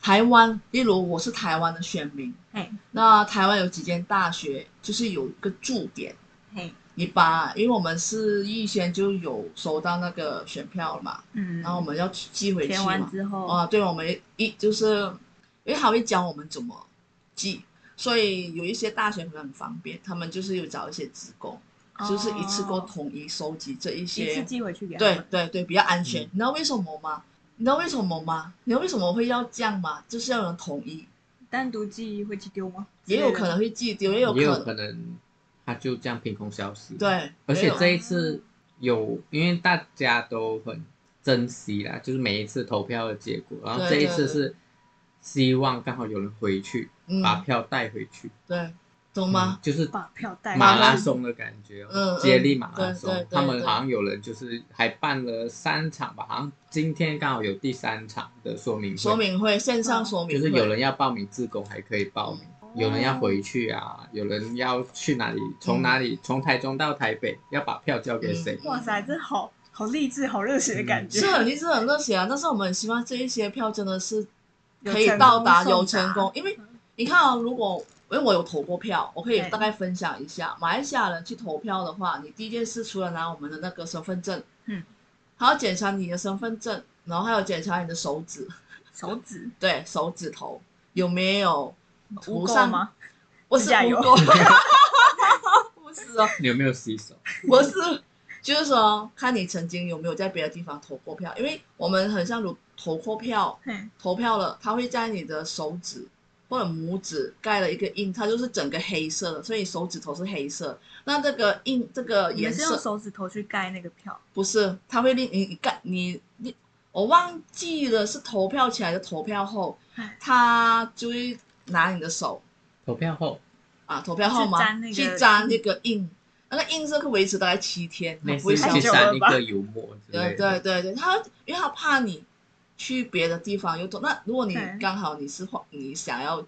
[SPEAKER 3] 台湾，例如我是台湾的选民，
[SPEAKER 1] 嘿，
[SPEAKER 3] 那台湾有几间大学，就是有一个驻点，
[SPEAKER 1] 嘿，
[SPEAKER 3] 你把，因为我们是预先就有收到那个选票了嘛，
[SPEAKER 1] 嗯，
[SPEAKER 3] 然后我们要寄回去
[SPEAKER 1] 填完
[SPEAKER 3] 嘛，
[SPEAKER 1] 之后，
[SPEAKER 3] 啊，对，我们一就是，因为他会教我们怎么寄，所以有一些大学可能很方便，他们就是有找一些职工，就是一次过
[SPEAKER 1] 哦
[SPEAKER 3] 统一收集这一些
[SPEAKER 1] 一次寄回去给他
[SPEAKER 3] 对
[SPEAKER 1] 们。
[SPEAKER 3] 对对，比较安全。
[SPEAKER 2] 嗯
[SPEAKER 3] 你知道为什么吗？你知道为什么吗？你知道为什么会要这样吗？就是要有人统一，
[SPEAKER 1] 单独寄会寄丢吗？
[SPEAKER 3] 也有可能会寄丢，也有
[SPEAKER 2] 也有
[SPEAKER 3] 可
[SPEAKER 2] 可能他就这样凭空消失。，
[SPEAKER 3] 对，
[SPEAKER 2] 而
[SPEAKER 3] 也
[SPEAKER 2] 且
[SPEAKER 3] 有啊
[SPEAKER 2] 这一次有，因为大家都很珍惜啦，就是每一次投票的结果，然后
[SPEAKER 3] 对
[SPEAKER 2] 这一
[SPEAKER 3] 对
[SPEAKER 2] 次
[SPEAKER 3] 对
[SPEAKER 2] 是希望刚好有人回去把
[SPEAKER 3] 嗯，
[SPEAKER 2] 票带回去，
[SPEAKER 3] 对，懂吗？
[SPEAKER 2] 啊嗯就是
[SPEAKER 1] 把票带
[SPEAKER 2] 马拉
[SPEAKER 1] 回去
[SPEAKER 2] 松的感觉哦，
[SPEAKER 3] 嗯嗯
[SPEAKER 2] 接力马拉松
[SPEAKER 3] 对对对，
[SPEAKER 2] 他们
[SPEAKER 3] 对
[SPEAKER 2] 好像有人就是还办了三场吧，好像今天刚好有第三场的说明会，
[SPEAKER 3] 说明会线上说明
[SPEAKER 2] 啊就
[SPEAKER 3] 会，哦
[SPEAKER 2] 是有人要报名自贡还可以报名，
[SPEAKER 1] 哦
[SPEAKER 2] 有人要回去啊，有人要去哪里，从哪里从台中到台北，要把票交
[SPEAKER 3] 嗯
[SPEAKER 2] 给谁？
[SPEAKER 1] 哇塞，真好好励志、好热血的感觉，
[SPEAKER 3] 是很励志、很热血啊！但是我们很希望这一些票真的是
[SPEAKER 1] 有
[SPEAKER 3] 可以
[SPEAKER 1] 成
[SPEAKER 3] 到
[SPEAKER 1] 功
[SPEAKER 3] 达
[SPEAKER 1] 送
[SPEAKER 3] 有成
[SPEAKER 1] 达
[SPEAKER 3] 功，因为
[SPEAKER 1] 嗯
[SPEAKER 3] 你看啊、如果因为我有投过票，我可以
[SPEAKER 1] 对
[SPEAKER 3] 大概分享一下，马来西亚人去投票的话，你第一件事除了拿我们的那个身份证，
[SPEAKER 1] 嗯，
[SPEAKER 3] 还要检查你的身份证，然后还有检查你的手指，
[SPEAKER 1] 手指
[SPEAKER 3] 对手指头有没有
[SPEAKER 1] 污
[SPEAKER 3] 涂
[SPEAKER 1] 垢
[SPEAKER 3] 上？
[SPEAKER 1] 吗？
[SPEAKER 3] 我是
[SPEAKER 1] 指甲
[SPEAKER 3] 无
[SPEAKER 1] 油
[SPEAKER 3] 垢，不是哦，
[SPEAKER 2] 你有没有洗手？
[SPEAKER 3] 我是就是说看你曾经有没有在别的地方投过票，因为我们很像如投过票，
[SPEAKER 1] 嘿，
[SPEAKER 3] 投票了，它会在你的手指或者拇指盖了一个印，它就是整个黑色的，所以手指头是黑色。那这个印这个
[SPEAKER 1] 你
[SPEAKER 3] 颜
[SPEAKER 1] 们是用
[SPEAKER 3] 色
[SPEAKER 1] 手指头去盖那个票，
[SPEAKER 3] 不是，它会令你你盖你你，我忘记了是投票前还是投票后
[SPEAKER 1] 哎，
[SPEAKER 3] 它就会拿你的手
[SPEAKER 2] 投票后
[SPEAKER 3] 啊，投票后
[SPEAKER 1] 去
[SPEAKER 3] 嘛，
[SPEAKER 1] 粘那个
[SPEAKER 3] 去粘那个印，那个印是可以维持大概七天，它
[SPEAKER 2] 类
[SPEAKER 3] 啊
[SPEAKER 2] 似
[SPEAKER 3] 不会
[SPEAKER 1] 太
[SPEAKER 3] 消
[SPEAKER 2] 去
[SPEAKER 1] 久
[SPEAKER 3] 失。
[SPEAKER 1] 了
[SPEAKER 2] 撒一
[SPEAKER 1] 吧
[SPEAKER 2] 个油墨之
[SPEAKER 3] 对
[SPEAKER 2] 类
[SPEAKER 3] 对
[SPEAKER 2] 的，
[SPEAKER 3] 对对，他因为他怕你去别的地方又投，那如果你
[SPEAKER 1] 对
[SPEAKER 3] 刚好你是花你想要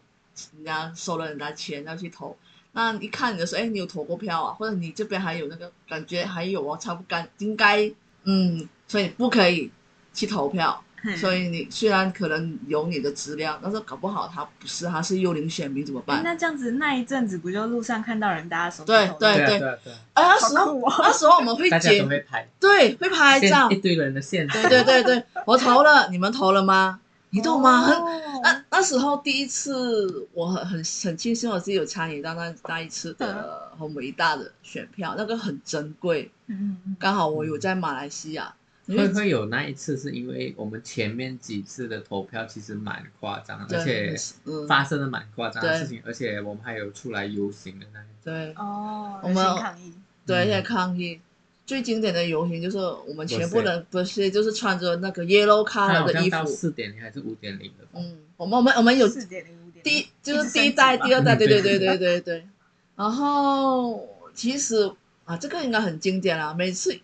[SPEAKER 3] 人家收了人家钱要去投，那一看你的时候，哎，你有投过票啊，或者你这边还有那个感觉还有哦，差不干应该嗯，所以不可以去投票。
[SPEAKER 1] 嘿
[SPEAKER 3] 所以你虽然可能有你的资料，但是搞不好他不是，他是幽灵选民怎么
[SPEAKER 1] 哎
[SPEAKER 3] 办？
[SPEAKER 1] 那这样子那一阵子不就路上看到人大家手指
[SPEAKER 3] 对
[SPEAKER 1] 头
[SPEAKER 3] 对
[SPEAKER 2] 啊对啊对啊，
[SPEAKER 3] 哎，那
[SPEAKER 1] 好
[SPEAKER 3] 时候
[SPEAKER 1] 酷哦，
[SPEAKER 3] 那时候我们会
[SPEAKER 2] 大家
[SPEAKER 3] 解
[SPEAKER 2] 都会拍
[SPEAKER 3] 对会拍
[SPEAKER 2] 现
[SPEAKER 3] 照
[SPEAKER 2] 一，堆人的现场，
[SPEAKER 3] 对对对对，我投了，你们投了吗？你懂吗？很啊
[SPEAKER 1] 哦
[SPEAKER 3] 那那时候第一次，我很很很庆幸我自己有参与到那那一次的
[SPEAKER 2] 嗯
[SPEAKER 3] 很伟大的选票，那个很珍贵。
[SPEAKER 1] 嗯嗯嗯
[SPEAKER 3] 刚好我有在马来西亚，因
[SPEAKER 2] 会
[SPEAKER 3] 为
[SPEAKER 2] 会有那一次，是因为我们前面几次的投票其实蛮夸张，
[SPEAKER 3] 对
[SPEAKER 2] 而且
[SPEAKER 3] 嗯
[SPEAKER 2] 发生的蛮夸张的
[SPEAKER 3] 对
[SPEAKER 2] 事情，而且我们还有出来游行的那一种。
[SPEAKER 3] 对
[SPEAKER 1] 哦，
[SPEAKER 3] 我们
[SPEAKER 1] 人性抗议，
[SPEAKER 3] 对，
[SPEAKER 2] 嗯
[SPEAKER 3] 而且抗议。最经典的游行就是我们全部
[SPEAKER 2] 不是
[SPEAKER 3] 人不是就是穿着那个 yellow
[SPEAKER 2] 它
[SPEAKER 3] color
[SPEAKER 2] 好
[SPEAKER 3] 的
[SPEAKER 2] 像
[SPEAKER 3] 衣
[SPEAKER 2] 到
[SPEAKER 3] 服，
[SPEAKER 2] 四点零还是五点零了吧？
[SPEAKER 3] 嗯，我们我们我们有
[SPEAKER 1] 四点零五点，
[SPEAKER 3] 第一就
[SPEAKER 1] 一
[SPEAKER 3] 是
[SPEAKER 1] 直
[SPEAKER 3] 第一
[SPEAKER 1] 升级
[SPEAKER 3] 代、
[SPEAKER 1] 吧
[SPEAKER 3] 第二代，
[SPEAKER 2] 嗯
[SPEAKER 3] 对对对
[SPEAKER 2] 对
[SPEAKER 3] 对对对。然后其实啊，这个应该很经典啦，每次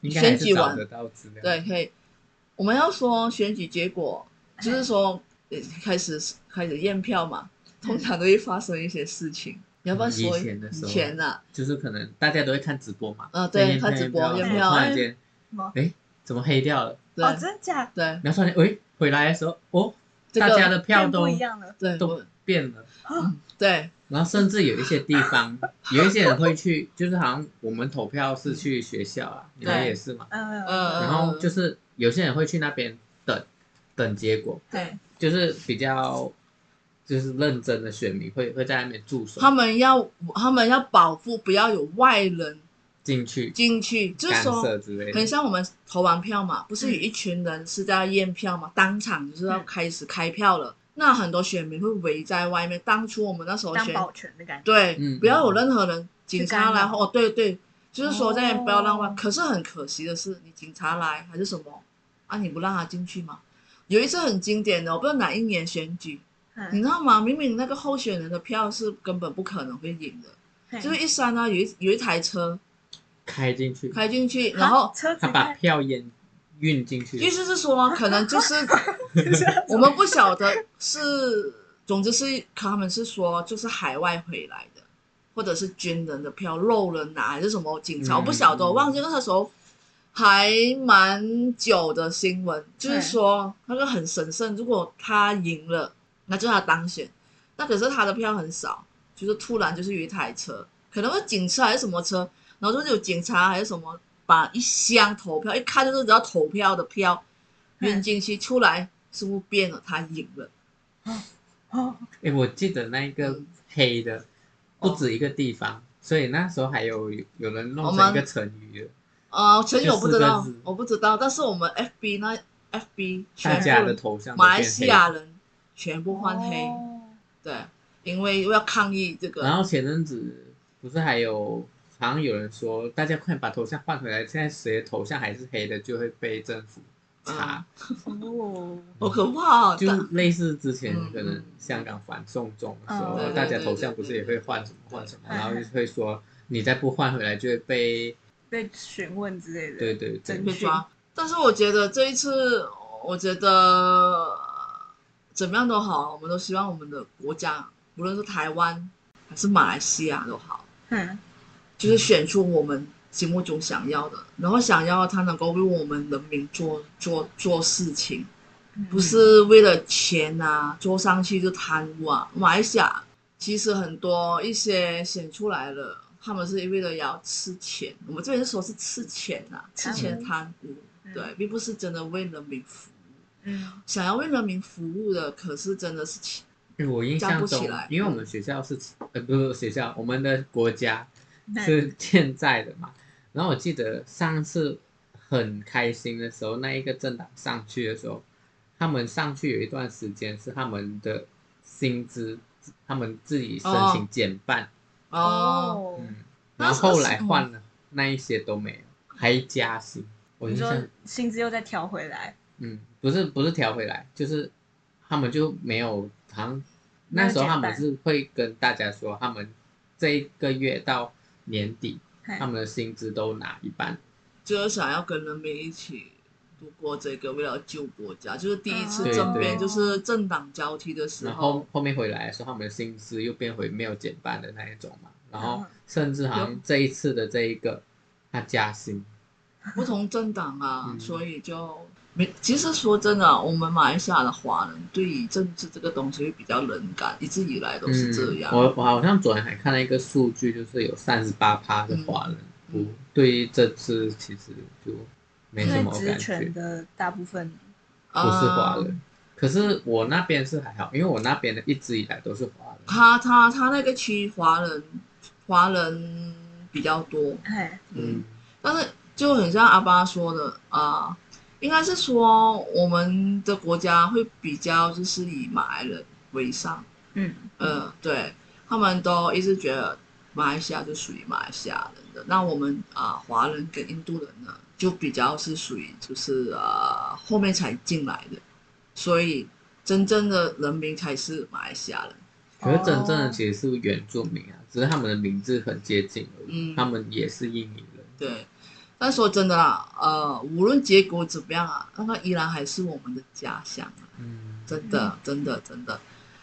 [SPEAKER 2] 应该还
[SPEAKER 3] 选
[SPEAKER 2] 是
[SPEAKER 3] 举
[SPEAKER 2] 找
[SPEAKER 3] 完
[SPEAKER 2] 得，到资料。
[SPEAKER 3] 对，，可以。我们要说选举结果，就是说呃开始开始验票嘛，通常都会发生一些事情。你要不要
[SPEAKER 2] 嗯以
[SPEAKER 3] 说
[SPEAKER 2] 前的时候
[SPEAKER 3] 以前啊？
[SPEAKER 2] 就是可能大家都会看直播嘛。
[SPEAKER 3] 嗯对
[SPEAKER 2] 那天
[SPEAKER 3] 看直播
[SPEAKER 2] 然
[SPEAKER 1] 有没
[SPEAKER 2] 后
[SPEAKER 1] 有
[SPEAKER 2] 突然间
[SPEAKER 1] 什么，
[SPEAKER 2] 哎，怎么黑掉了？
[SPEAKER 3] 对
[SPEAKER 1] 哦，真假？
[SPEAKER 3] 对，
[SPEAKER 2] 然后突然间，哎，回来的时候，哦，
[SPEAKER 3] 这
[SPEAKER 2] 大家
[SPEAKER 3] 个
[SPEAKER 2] 的票
[SPEAKER 1] 变
[SPEAKER 2] 都
[SPEAKER 1] 不一样了，
[SPEAKER 3] 对
[SPEAKER 2] 都
[SPEAKER 3] 我
[SPEAKER 2] 变了。
[SPEAKER 1] 啊
[SPEAKER 3] 对
[SPEAKER 2] 然后甚至有一些地 方，有一些人会去，就是好像我们投票是去学校啊，你们
[SPEAKER 3] 对
[SPEAKER 2] 也是嘛。
[SPEAKER 1] 嗯嗯，
[SPEAKER 3] 呃
[SPEAKER 2] 然后就是有些人会去那边等等结果，
[SPEAKER 3] 对，
[SPEAKER 2] 就是比较就是认真的选民会会在那边驻守
[SPEAKER 3] 他们要他们要保护，不要有外人
[SPEAKER 2] 进去
[SPEAKER 3] 进去，就是
[SPEAKER 2] 干
[SPEAKER 3] 说
[SPEAKER 2] 涉之类
[SPEAKER 3] 很
[SPEAKER 2] 的。
[SPEAKER 3] 像我们投完票嘛，不是有一群人是在验票嘛，当场就是
[SPEAKER 1] 嗯
[SPEAKER 3] 要开始开票了。那很多选民会围在外面。当初我们那时候
[SPEAKER 1] 当
[SPEAKER 3] 选，
[SPEAKER 1] 保全的感觉，
[SPEAKER 3] 对，
[SPEAKER 2] 嗯
[SPEAKER 3] 不要有任何人警察来
[SPEAKER 1] 去干扰
[SPEAKER 3] 哦，对对，就是说在不要让外。
[SPEAKER 1] 哦
[SPEAKER 3] 可是很可惜的是，你警察来还是什么啊？你不让他进去嘛？有一次很经典的，我不知道哪一年选举，你
[SPEAKER 1] 嗯
[SPEAKER 3] 知道吗？明明那个候选人的票是根本不可能会赢的，
[SPEAKER 1] 嘿
[SPEAKER 3] 就是一山呢、有一有一台车
[SPEAKER 2] 开进去，
[SPEAKER 3] 开进去，
[SPEAKER 1] 啊
[SPEAKER 3] 然后
[SPEAKER 1] 车子
[SPEAKER 2] 他把
[SPEAKER 1] 开，
[SPEAKER 2] 票烟运进去，
[SPEAKER 3] 意思是说，可能就是我
[SPEAKER 1] 我
[SPEAKER 3] 们不晓得是，总之是他们是说就是海外回来的，或者是军人的票漏了拿还是什么警察，
[SPEAKER 2] 嗯
[SPEAKER 3] 我不晓得，我忘记那时候还蛮久的新闻，就是说那个很神圣，如果他赢了，那就是他当选，那可是他的票很少，就是突然就是有一台车，可能是警车还是什么车，然后就是有警察还是什么，把一箱投票，一看就是只要投票的票运进去，出来似乎变了，他赢了。
[SPEAKER 1] 哦，
[SPEAKER 2] 哎，我记得那一个
[SPEAKER 3] 嗯
[SPEAKER 2] 黑的不止一个地方，所以那时候还有有人弄成一个成语了，
[SPEAKER 3] 呃，陈宇我不知道
[SPEAKER 2] 就四个字，
[SPEAKER 3] 我不知道，但是我们 FB 那 FB
[SPEAKER 2] 大
[SPEAKER 3] 全
[SPEAKER 2] 家
[SPEAKER 3] 部
[SPEAKER 2] 的
[SPEAKER 3] 人
[SPEAKER 2] 头像都
[SPEAKER 3] 马来
[SPEAKER 2] 变
[SPEAKER 3] 西
[SPEAKER 2] 黑。
[SPEAKER 3] 亚人全部换黑，
[SPEAKER 1] 哦
[SPEAKER 3] 对，因为要抗议这
[SPEAKER 2] 然
[SPEAKER 3] 个，
[SPEAKER 2] 后前阵子不是还有，好像有人说，大家快把头像换回来，现在谁的头像还是黑的，就会被政府
[SPEAKER 3] 嗯
[SPEAKER 2] 查，
[SPEAKER 1] 哦，
[SPEAKER 3] 好可怕哦！
[SPEAKER 2] 就
[SPEAKER 3] 但
[SPEAKER 2] 类似之前
[SPEAKER 3] 嗯
[SPEAKER 2] 可能香港反送中的时候，
[SPEAKER 1] 嗯
[SPEAKER 2] 大家头像不是也会换什么
[SPEAKER 3] 对对对对
[SPEAKER 2] 换什么，
[SPEAKER 1] 对
[SPEAKER 2] 然后就会说你再不换回来就会被，
[SPEAKER 1] 被询问之类的，
[SPEAKER 2] 对对
[SPEAKER 1] 真
[SPEAKER 2] 对，
[SPEAKER 3] 被抓。但是我觉得这一次，我觉得呃怎么样都好，我们都希望我们的国家，无论是台湾还是马来西亚都好，
[SPEAKER 1] 嗯，
[SPEAKER 3] 就是选出我们心目中想要的，然后想要他能够为我们人民做做做事情，
[SPEAKER 1] 嗯
[SPEAKER 3] 不是为了钱啊，坐上去就贪污啊。马来西亚其实很多一些选出来了，他们是为了要吃钱，我们这边是说是吃钱啊，吃钱贪污，
[SPEAKER 1] 嗯
[SPEAKER 3] 对，并不是真的为人民服务。
[SPEAKER 1] 嗯
[SPEAKER 3] 想要为人民服务的，可是真的是钱，
[SPEAKER 2] 因为我印
[SPEAKER 3] 加
[SPEAKER 2] 象
[SPEAKER 3] 不起
[SPEAKER 2] 中
[SPEAKER 3] 来，
[SPEAKER 2] 因为我们学校是，呃，不是学校，我们的国家
[SPEAKER 1] 嗯
[SPEAKER 2] 是欠债的嘛， 然后我记得上次很开心的时候，那一个政党上去的时候，他们上去有一段时间是他们的薪资，他们自己申请减半，
[SPEAKER 3] 哦，
[SPEAKER 2] 嗯，
[SPEAKER 3] 那
[SPEAKER 2] 然
[SPEAKER 3] 是
[SPEAKER 2] 后后
[SPEAKER 3] 是
[SPEAKER 2] 来
[SPEAKER 3] 什么
[SPEAKER 2] 换了那一些都没有，还加薪。我
[SPEAKER 1] 你
[SPEAKER 2] 就
[SPEAKER 1] 说
[SPEAKER 3] 嗯
[SPEAKER 2] 想，
[SPEAKER 1] 薪资又再调回来，
[SPEAKER 2] 嗯，不是不是调回来，就是他们就没有，好像
[SPEAKER 1] 没有
[SPEAKER 2] 那时候
[SPEAKER 1] 减
[SPEAKER 2] 他们
[SPEAKER 1] 半
[SPEAKER 2] 是会跟大家说，他们这一个月到年底，
[SPEAKER 1] 嘿
[SPEAKER 2] 他们的薪资都拿一半。
[SPEAKER 3] 就是想要跟人民一起度过这个为了救国家，就是第一次
[SPEAKER 2] 对
[SPEAKER 3] 政变，
[SPEAKER 2] 对
[SPEAKER 3] 就是政党交替的时
[SPEAKER 2] 然
[SPEAKER 3] 候
[SPEAKER 2] 后，后面回来的时候，他们的薪资又变回没有减半的那一种嘛。然后
[SPEAKER 1] 嗯
[SPEAKER 2] 甚至好像这一次的这一个，他加薪，
[SPEAKER 3] 不同政党啊，
[SPEAKER 2] 嗯
[SPEAKER 3] 所以就没。其实说真的啊，我们马来西亚的华人对于政治这个东西会比较冷感，一直以来都是这样。
[SPEAKER 2] 嗯、我我好像昨天还看到一个数据，就是有三十八趴的华人不、
[SPEAKER 3] 嗯嗯
[SPEAKER 2] 对于这次其实就没
[SPEAKER 1] 因
[SPEAKER 2] 什
[SPEAKER 1] 为
[SPEAKER 2] 么
[SPEAKER 1] 职
[SPEAKER 2] 感
[SPEAKER 1] 权
[SPEAKER 2] 觉，
[SPEAKER 1] 的大部分
[SPEAKER 2] 不是华
[SPEAKER 3] 啊
[SPEAKER 2] 人。可是我那边是还好，因为我那边的一直以来都是华人。
[SPEAKER 3] 他他他那个区华人华人比较多，
[SPEAKER 1] 哎，
[SPEAKER 3] 嗯
[SPEAKER 2] 嗯，
[SPEAKER 3] 但是就很像阿巴说的啊、应该是说我们的国家会比较就是以马来人为上，
[SPEAKER 1] 嗯，
[SPEAKER 3] 呃，对他们都一直觉得马来西亚就属于马来西亚人的，那我们啊、华人跟印度人呢就比较是属于就是啊、后面才进来的，所以真正的人民才是马来西亚人，
[SPEAKER 2] 可是真正的
[SPEAKER 1] 哦
[SPEAKER 2] 其实是原住民啊，只是他们的名字很接近而已，
[SPEAKER 3] 嗯
[SPEAKER 2] 他们也是印尼人。
[SPEAKER 3] 对。但说真的啊，呃，无论结果怎么样啊，那个依然还是我们的家乡啊。
[SPEAKER 2] 嗯，
[SPEAKER 3] 真的，真的，真的。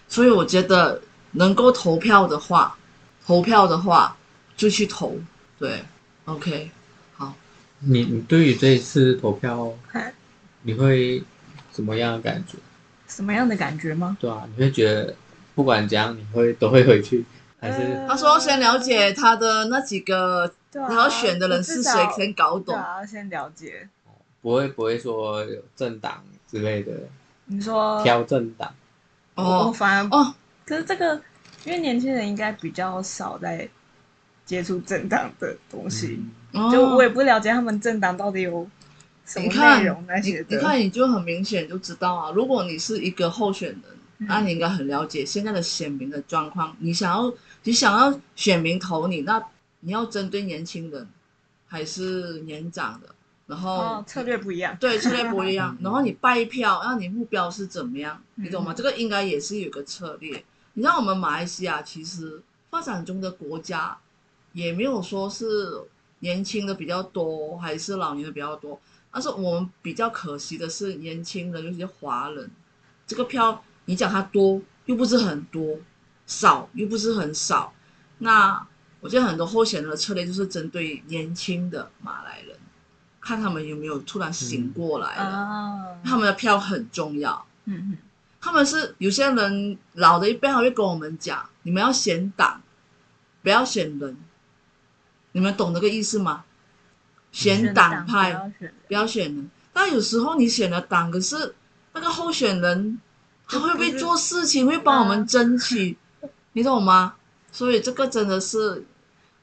[SPEAKER 3] 所以我觉得能够投票的话，投票的话就去投。对，OK，好。
[SPEAKER 2] 你你对于这一次投票
[SPEAKER 1] 嗨，
[SPEAKER 2] 你会怎么样的感觉？
[SPEAKER 1] 什么样的感觉吗？
[SPEAKER 2] 对啊，你会觉得不管怎样，你会都会回去，还是、
[SPEAKER 1] 呃
[SPEAKER 3] 他说先了解他的那几个，
[SPEAKER 1] 对啊，
[SPEAKER 3] 然后选的人
[SPEAKER 1] 我至
[SPEAKER 3] 是
[SPEAKER 1] 少
[SPEAKER 3] 谁，先搞
[SPEAKER 1] 对
[SPEAKER 3] 懂。
[SPEAKER 1] 啊，先了解。
[SPEAKER 2] 不会不会说有政党之类的
[SPEAKER 1] 你说
[SPEAKER 2] 挑政党？
[SPEAKER 1] 我我
[SPEAKER 3] 哦
[SPEAKER 1] 反而，
[SPEAKER 3] 哦，
[SPEAKER 1] 可是这个，因为年轻人应该比较少在接触政党的东西，
[SPEAKER 2] 嗯。
[SPEAKER 1] 就
[SPEAKER 3] 哦
[SPEAKER 1] 我也不了解他们政党到底有什
[SPEAKER 3] 你
[SPEAKER 1] 么
[SPEAKER 3] 看
[SPEAKER 1] 内容那
[SPEAKER 3] 你
[SPEAKER 1] 些的。
[SPEAKER 3] 你看你就很明显就知道啊。如果你是一个候选人，
[SPEAKER 1] 嗯
[SPEAKER 3] 那你应该很了解现在的选民的状况。你想要你想要选民投你，那你要针对年轻人还是年长的？然后、
[SPEAKER 1] 哦，策略不一样。
[SPEAKER 3] 对策略不一样
[SPEAKER 2] 嗯
[SPEAKER 3] 然后你拜票，然后你目标是怎么样？
[SPEAKER 1] 嗯
[SPEAKER 3] 你懂吗？这个应该也是有个策略。你知道我们马来西亚其实发展中的国家，也没有说是年轻的比较多，还是老年的比较多。但是我们比较可惜的是，年轻人，尤其是华人，这个票你讲它多又不是很多，少又不是很少。那我觉得很多候选人的策略就是针对年轻的马来人，看他们有没有突然醒过来了。
[SPEAKER 1] 啊，
[SPEAKER 3] 他们的票很重要，
[SPEAKER 1] 嗯嗯
[SPEAKER 3] 他们是有些人老的一辈还会跟我们讲，你们要选党，不要选人，你们懂这个意思吗？
[SPEAKER 1] 嗯
[SPEAKER 3] 选党派，
[SPEAKER 1] 选不要选
[SPEAKER 3] 不要选人。但有时候你选了党，可是那个候选人他会不会做事情，会帮我们争取，你懂吗？所以这个真的是，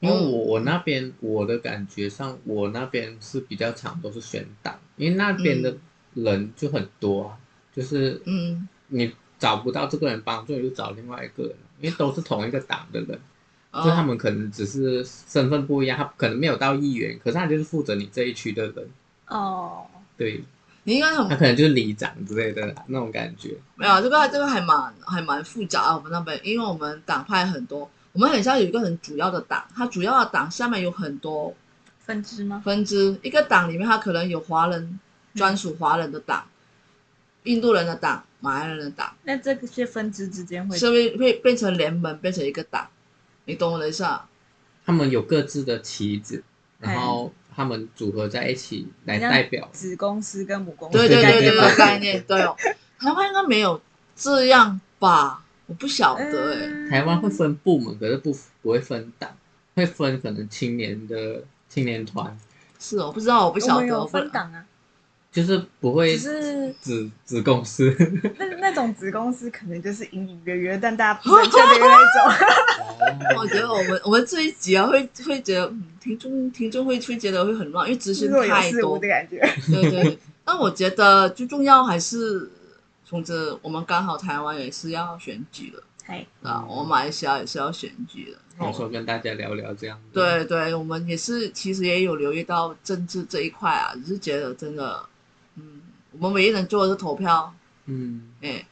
[SPEAKER 2] 因为我我那边我的感觉上，我那边是比较常都是选党，因为那边的人就很多啊，就是
[SPEAKER 3] 嗯，
[SPEAKER 2] 你找不到这个人帮助，你就找另外一个人，因为都是同一个党的人。
[SPEAKER 3] 哦
[SPEAKER 2] 就他们可能只是身份不一样，他可能没有到议员，可是他就是负责你这一区的人，
[SPEAKER 1] 哦，
[SPEAKER 2] 对
[SPEAKER 3] 你应该很
[SPEAKER 2] 他可能就是里长之类的啦那种感觉。
[SPEAKER 3] 没有，这个这个还蛮还蛮复杂啊。我们那边，因为我们党派很多，我们很像有一个很主要的党，它主要的党下面有很多
[SPEAKER 1] 分支吗？
[SPEAKER 3] 分支。一个党里面，它可能有华人专属华人的党、印度人的党、马来人的党，
[SPEAKER 1] 那这些分支之间会
[SPEAKER 3] 是会会变成联盟，变成一个党。你懂我的意思啊？
[SPEAKER 2] 他们有各自的旗子，然后他们组合在一起来代表。
[SPEAKER 1] 子公司跟母公司
[SPEAKER 3] 对
[SPEAKER 2] 对
[SPEAKER 1] 概
[SPEAKER 3] 对对
[SPEAKER 1] 念
[SPEAKER 3] 对，
[SPEAKER 2] 对
[SPEAKER 3] 这
[SPEAKER 1] 吧
[SPEAKER 3] 个概念对 哦。台湾应该没有这样吧？我不晓得哎、
[SPEAKER 1] 嗯
[SPEAKER 2] 台湾会分部门，可是不不会分党，会分可能青年的青年团，
[SPEAKER 3] 是哦，不知道，我不
[SPEAKER 1] 我
[SPEAKER 3] 晓
[SPEAKER 1] 们
[SPEAKER 3] 得。
[SPEAKER 1] 有
[SPEAKER 3] 我不
[SPEAKER 1] 分党啊，
[SPEAKER 2] 就是不会
[SPEAKER 1] 只是
[SPEAKER 2] 子子公司，
[SPEAKER 1] 那那种子公司可能就是隐隐约约，但大家 不是确定那一种。
[SPEAKER 3] 我觉得我们我们这一集啊，会会觉得、嗯、听众听众会会觉得会很乱，因为资讯
[SPEAKER 1] 若有
[SPEAKER 3] 太
[SPEAKER 1] 似
[SPEAKER 3] 多
[SPEAKER 1] 无的。感觉。
[SPEAKER 3] 对对对，但我觉得最重要还是，从这我们刚好台湾也是要选举了，
[SPEAKER 1] 嗨，
[SPEAKER 3] 啊，我们马来西亚也是要选举了。
[SPEAKER 2] 我说跟大家聊聊这样子，
[SPEAKER 3] 对对，我们也是，其实也有留意到政治这一块啊，只是觉得真的，嗯，我们唯一能做的是投票。
[SPEAKER 2] 嗯，
[SPEAKER 3] 哎，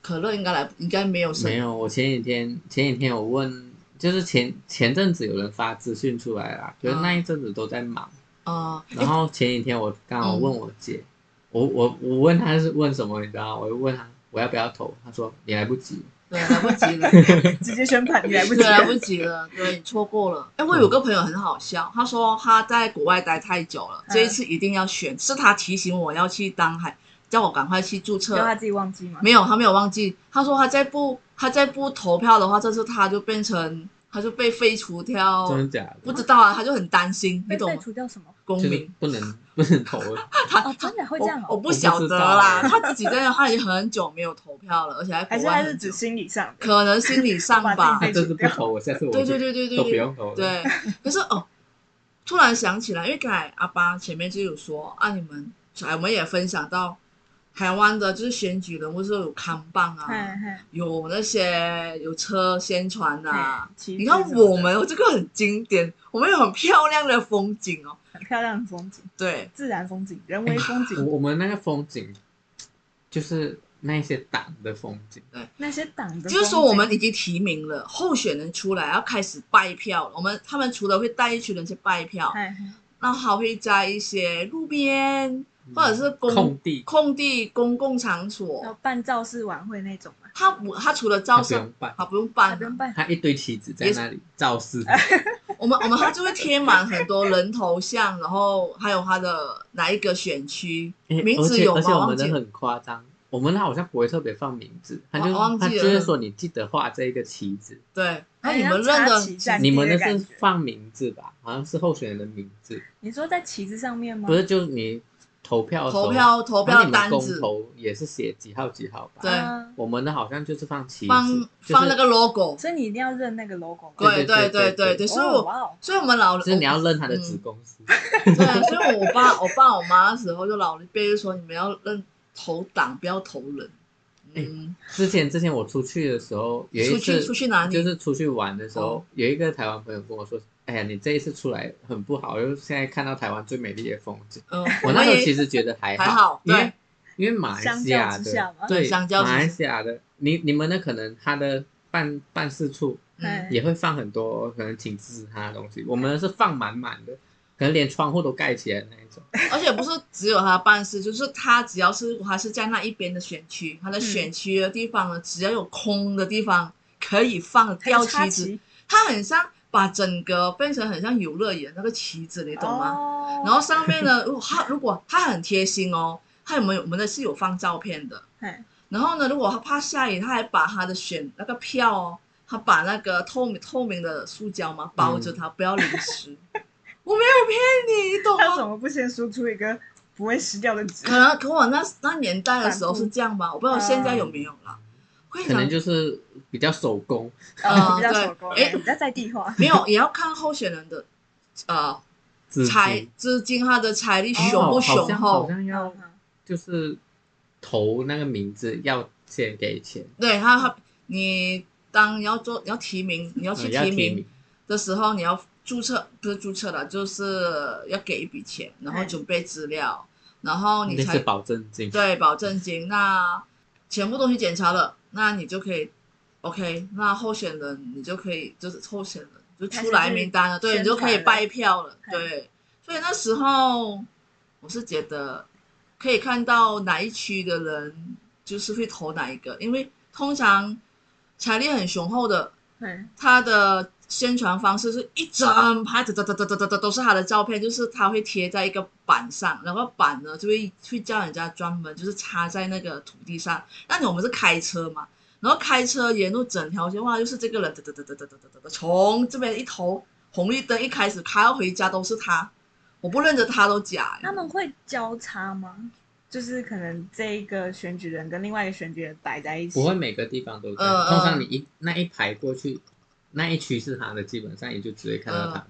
[SPEAKER 3] 可乐应该来，应该没有声
[SPEAKER 2] 没有，我前几天前几天我问，就是前前阵子有人发资讯出来啦，就是
[SPEAKER 3] 嗯
[SPEAKER 2] 那一阵子都在忙，
[SPEAKER 3] 啊、
[SPEAKER 2] 然后前几天我刚好
[SPEAKER 3] 嗯
[SPEAKER 2] 问我姐，我我我问她是问什么，你知道吗？我就问她我要不要投，她说你来不及，
[SPEAKER 3] 对，来不及 了，
[SPEAKER 1] 直接宣判你来不及
[SPEAKER 3] 对，来
[SPEAKER 1] 了
[SPEAKER 3] 不。及了，对你错过了。
[SPEAKER 2] 嗯
[SPEAKER 3] 哎，我有个朋友很好笑，他说他在国外待太久了，
[SPEAKER 1] 嗯
[SPEAKER 3] 这一次一定要选，是他提醒我要去当海，叫我赶快去注册
[SPEAKER 1] 就。
[SPEAKER 2] 嗯
[SPEAKER 1] 他自己忘记吗？
[SPEAKER 3] 没有，他没有忘记。他说他再不他再不投票的话，这次他就变成他就被废除掉，
[SPEAKER 2] 真的假
[SPEAKER 3] 哦不
[SPEAKER 2] 的？
[SPEAKER 3] 知道啊，他就很担心，你
[SPEAKER 1] 被
[SPEAKER 3] 懂
[SPEAKER 1] 废
[SPEAKER 3] 吗？
[SPEAKER 1] 除掉什么？
[SPEAKER 3] 公
[SPEAKER 2] 就是
[SPEAKER 3] 民，
[SPEAKER 2] 不能不能投，
[SPEAKER 1] 哦，真的会这
[SPEAKER 3] 我
[SPEAKER 1] 样
[SPEAKER 3] 我
[SPEAKER 1] 哦？
[SPEAKER 3] 不晓
[SPEAKER 2] 知
[SPEAKER 3] 得
[SPEAKER 2] 道
[SPEAKER 3] 啦，
[SPEAKER 2] 欸
[SPEAKER 3] 他自己真的他已经很久没有投票了，而且还国
[SPEAKER 1] 还是
[SPEAKER 3] 外
[SPEAKER 1] 他是
[SPEAKER 3] 很久
[SPEAKER 1] 指心理上的？
[SPEAKER 3] 可能心理上吧
[SPEAKER 1] 把自
[SPEAKER 2] 她
[SPEAKER 1] 己，
[SPEAKER 2] 这次不投，我下 次我
[SPEAKER 3] 对
[SPEAKER 2] 就
[SPEAKER 3] 对对对对
[SPEAKER 2] 都不
[SPEAKER 3] 对
[SPEAKER 2] 用投了，
[SPEAKER 3] 对。可是哦，突然想起来，因为刚才阿巴前面就有说啊，你们哎，我们也分享到台湾的，就是选举人物是有扛棒啊，
[SPEAKER 1] 嗨嗨，
[SPEAKER 3] 有那些有车宣传啊
[SPEAKER 1] 嗯。旗帜
[SPEAKER 3] 你看
[SPEAKER 1] 什么的
[SPEAKER 3] 我们哦，这个很经典，我们有很漂亮的风景哦。
[SPEAKER 1] 很漂亮的风景，
[SPEAKER 3] 对，
[SPEAKER 1] 自然风景、人为风
[SPEAKER 3] 哎
[SPEAKER 2] 我
[SPEAKER 1] 景，
[SPEAKER 2] 我们那个风景就是那一些党的风景，
[SPEAKER 1] 那些党的风景，
[SPEAKER 3] 就是说我们已经提名了，候选人出来要开始拜票了。我们他们除了会带一群人去拜票，
[SPEAKER 1] 嗨，嗨
[SPEAKER 3] 然后还会在一些路边或者是公
[SPEAKER 2] 嗯空地，
[SPEAKER 3] 空地、公共场
[SPEAKER 1] 要
[SPEAKER 3] 所。
[SPEAKER 1] 办造势晚会那种嘛，
[SPEAKER 3] 他不，他除了
[SPEAKER 2] 他
[SPEAKER 3] 招
[SPEAKER 2] 不
[SPEAKER 3] 生，
[SPEAKER 2] 用办，
[SPEAKER 3] 他不用
[SPEAKER 1] 还
[SPEAKER 3] 办
[SPEAKER 1] 不用
[SPEAKER 3] 啊。
[SPEAKER 1] 办，
[SPEAKER 2] 他一堆旗子在
[SPEAKER 3] 也是
[SPEAKER 2] 那里造 势，
[SPEAKER 3] 我们我们他就会贴满很多人头像，然后还有他的哪一个选区
[SPEAKER 2] 诶
[SPEAKER 3] 名
[SPEAKER 2] 而
[SPEAKER 3] 字
[SPEAKER 2] 且
[SPEAKER 3] 有
[SPEAKER 2] 而且
[SPEAKER 3] 吗？
[SPEAKER 2] 我
[SPEAKER 3] 忘
[SPEAKER 2] 们的
[SPEAKER 3] 记了
[SPEAKER 2] 很夸张，我们好像不会特别放名字，他
[SPEAKER 3] 我忘
[SPEAKER 2] 就
[SPEAKER 3] 记
[SPEAKER 2] 他
[SPEAKER 3] 了
[SPEAKER 2] 就是说你记得画这一个旗子，
[SPEAKER 3] 对，那
[SPEAKER 1] 哎
[SPEAKER 3] 你们
[SPEAKER 1] 像
[SPEAKER 3] 认
[SPEAKER 1] 插
[SPEAKER 3] 的
[SPEAKER 1] 旗站
[SPEAKER 2] 你们
[SPEAKER 1] 的
[SPEAKER 2] 的
[SPEAKER 1] 感
[SPEAKER 2] 是
[SPEAKER 1] 觉
[SPEAKER 2] 放名字吧？好像是候选人的名字，
[SPEAKER 1] 你说在旗子上面吗？
[SPEAKER 2] 不是就是你投票的时候
[SPEAKER 3] 投票投
[SPEAKER 2] 然后
[SPEAKER 3] 票
[SPEAKER 2] 你
[SPEAKER 3] 单
[SPEAKER 2] 们
[SPEAKER 3] 子
[SPEAKER 2] 公，投也是写几号几号吧？
[SPEAKER 3] 对
[SPEAKER 1] 啊，
[SPEAKER 2] 我们的好像就是放旗子，
[SPEAKER 3] 放
[SPEAKER 2] 就是
[SPEAKER 3] 放那个 logo，
[SPEAKER 1] 所以你一定要认那个 logo 吗。
[SPEAKER 2] 对
[SPEAKER 3] 对
[SPEAKER 2] 对
[SPEAKER 3] 对
[SPEAKER 2] 对
[SPEAKER 3] 对对
[SPEAKER 2] 对
[SPEAKER 3] 对，
[SPEAKER 2] 对
[SPEAKER 3] 所以
[SPEAKER 1] 哦
[SPEAKER 3] 我
[SPEAKER 1] 哇哦，
[SPEAKER 3] 所以我们老了，
[SPEAKER 2] 就是你要认他的
[SPEAKER 3] 嗯
[SPEAKER 2] 子公司，
[SPEAKER 3] 对啊，所以我爸、我爸、我妈那时候就老一辈就说，你们要认投党，不要投人。嗯，
[SPEAKER 2] 之前之前我出去的时候，有一
[SPEAKER 3] 出去
[SPEAKER 2] 次
[SPEAKER 3] 出去哪里
[SPEAKER 2] 就是出去玩的时候，
[SPEAKER 3] 哦
[SPEAKER 2] 有一个台湾朋友跟我说：“哎呀，你这一次出来很不好，又现在看到台湾最美丽的风景。
[SPEAKER 3] 嗯，”
[SPEAKER 2] 我那时候
[SPEAKER 3] 也
[SPEAKER 2] 其实觉得还
[SPEAKER 3] 还好
[SPEAKER 2] 因
[SPEAKER 3] 对
[SPEAKER 2] 为因为马来西亚
[SPEAKER 1] 相较之下
[SPEAKER 2] 的
[SPEAKER 1] 嘛
[SPEAKER 2] 对
[SPEAKER 3] 相较之下
[SPEAKER 2] 马来西亚的，你你们那可能他的办办事处
[SPEAKER 3] 嗯
[SPEAKER 1] 哎
[SPEAKER 2] 也会放很多可能请支持他的东西，我们是放满满的，可能连窗户都盖起来的那一种。
[SPEAKER 3] 而且不是只有他的办事，就是他只要是还是在那一边的选区，他的
[SPEAKER 1] 嗯
[SPEAKER 3] 选区的地方呢，只要有空的地方可以放
[SPEAKER 1] 还
[SPEAKER 3] 吊
[SPEAKER 1] 有插
[SPEAKER 3] 旗子，他很像把整个变成很像游乐园那个旗子，你懂吗？
[SPEAKER 1] 哦、
[SPEAKER 3] 然后上面呢，如果他如果他很贴心哦，他有没有我们的是有放照片的。
[SPEAKER 1] 嘿
[SPEAKER 3] 然后呢，如果他怕下雨，他还把他的选那个票哦，他把那个透明透明的塑胶嘛包着它，不要淋湿。嗯 我没有骗你，你懂
[SPEAKER 1] 他
[SPEAKER 3] 吗？
[SPEAKER 1] 怎么不先输出一个不会湿掉的纸
[SPEAKER 3] 可？能可我那那年代的时候
[SPEAKER 1] 帆布
[SPEAKER 3] 是这样吧，我不知道现在有没有啦。会
[SPEAKER 2] 可能就是比较手工，
[SPEAKER 3] 呃
[SPEAKER 1] 比较手工，
[SPEAKER 3] 对
[SPEAKER 1] 哎，比较在地化。
[SPEAKER 3] 没有，也要看候选人的呃
[SPEAKER 2] 纸巾
[SPEAKER 3] 财资金，他的财力
[SPEAKER 1] 哦
[SPEAKER 3] 雄不
[SPEAKER 2] 好
[SPEAKER 3] 雄
[SPEAKER 2] 像
[SPEAKER 3] 厚
[SPEAKER 2] 好。像
[SPEAKER 1] 嗯
[SPEAKER 2] 要就是投那个名字要先给钱，
[SPEAKER 3] 对他，他你当你要做你要提名，你要去
[SPEAKER 2] 呃要
[SPEAKER 3] 提
[SPEAKER 2] 提
[SPEAKER 3] 名的时候，你要注册不是注册了，就是要给一笔钱，然后
[SPEAKER 1] 嗯
[SPEAKER 3] 准备资料，然后你
[SPEAKER 2] 那是
[SPEAKER 3] 才
[SPEAKER 2] 嗯保证金。
[SPEAKER 3] 对保证金。那全部东西检查了，那你就可以 OK，那候选人你就可以就是候选人就出来名单了，
[SPEAKER 1] 开始
[SPEAKER 3] 对
[SPEAKER 1] 去
[SPEAKER 3] 你就可以
[SPEAKER 1] 宣传了
[SPEAKER 3] 拜票了，
[SPEAKER 1] 嗯
[SPEAKER 3] 对。所以那时候我是觉得可以看到哪一区的人就是会投哪一个，因为通常财力很雄厚的
[SPEAKER 1] 对，
[SPEAKER 3] 他的宣传方式是一整排，哒哒哒哒哒哒哒都是他的照片，就是他会贴在一个板上，然后板呢就会去叫人家专门就是插在那个土地上。那我们是开车嘛，然后开车沿路整条线哇，就是这个人哒哒哒哒哒哒哒哒，从这边一头红绿灯一开始开到回家都是他，我不认得他都假。哎
[SPEAKER 1] 他们会交叉吗？就是可能这一个选举人跟另外一个选举人摆在一起，
[SPEAKER 2] 不会每个地方都这样。
[SPEAKER 3] 嗯嗯
[SPEAKER 2] 通常你一那一排过去，那一区是他的，基本上也就只会看到他的。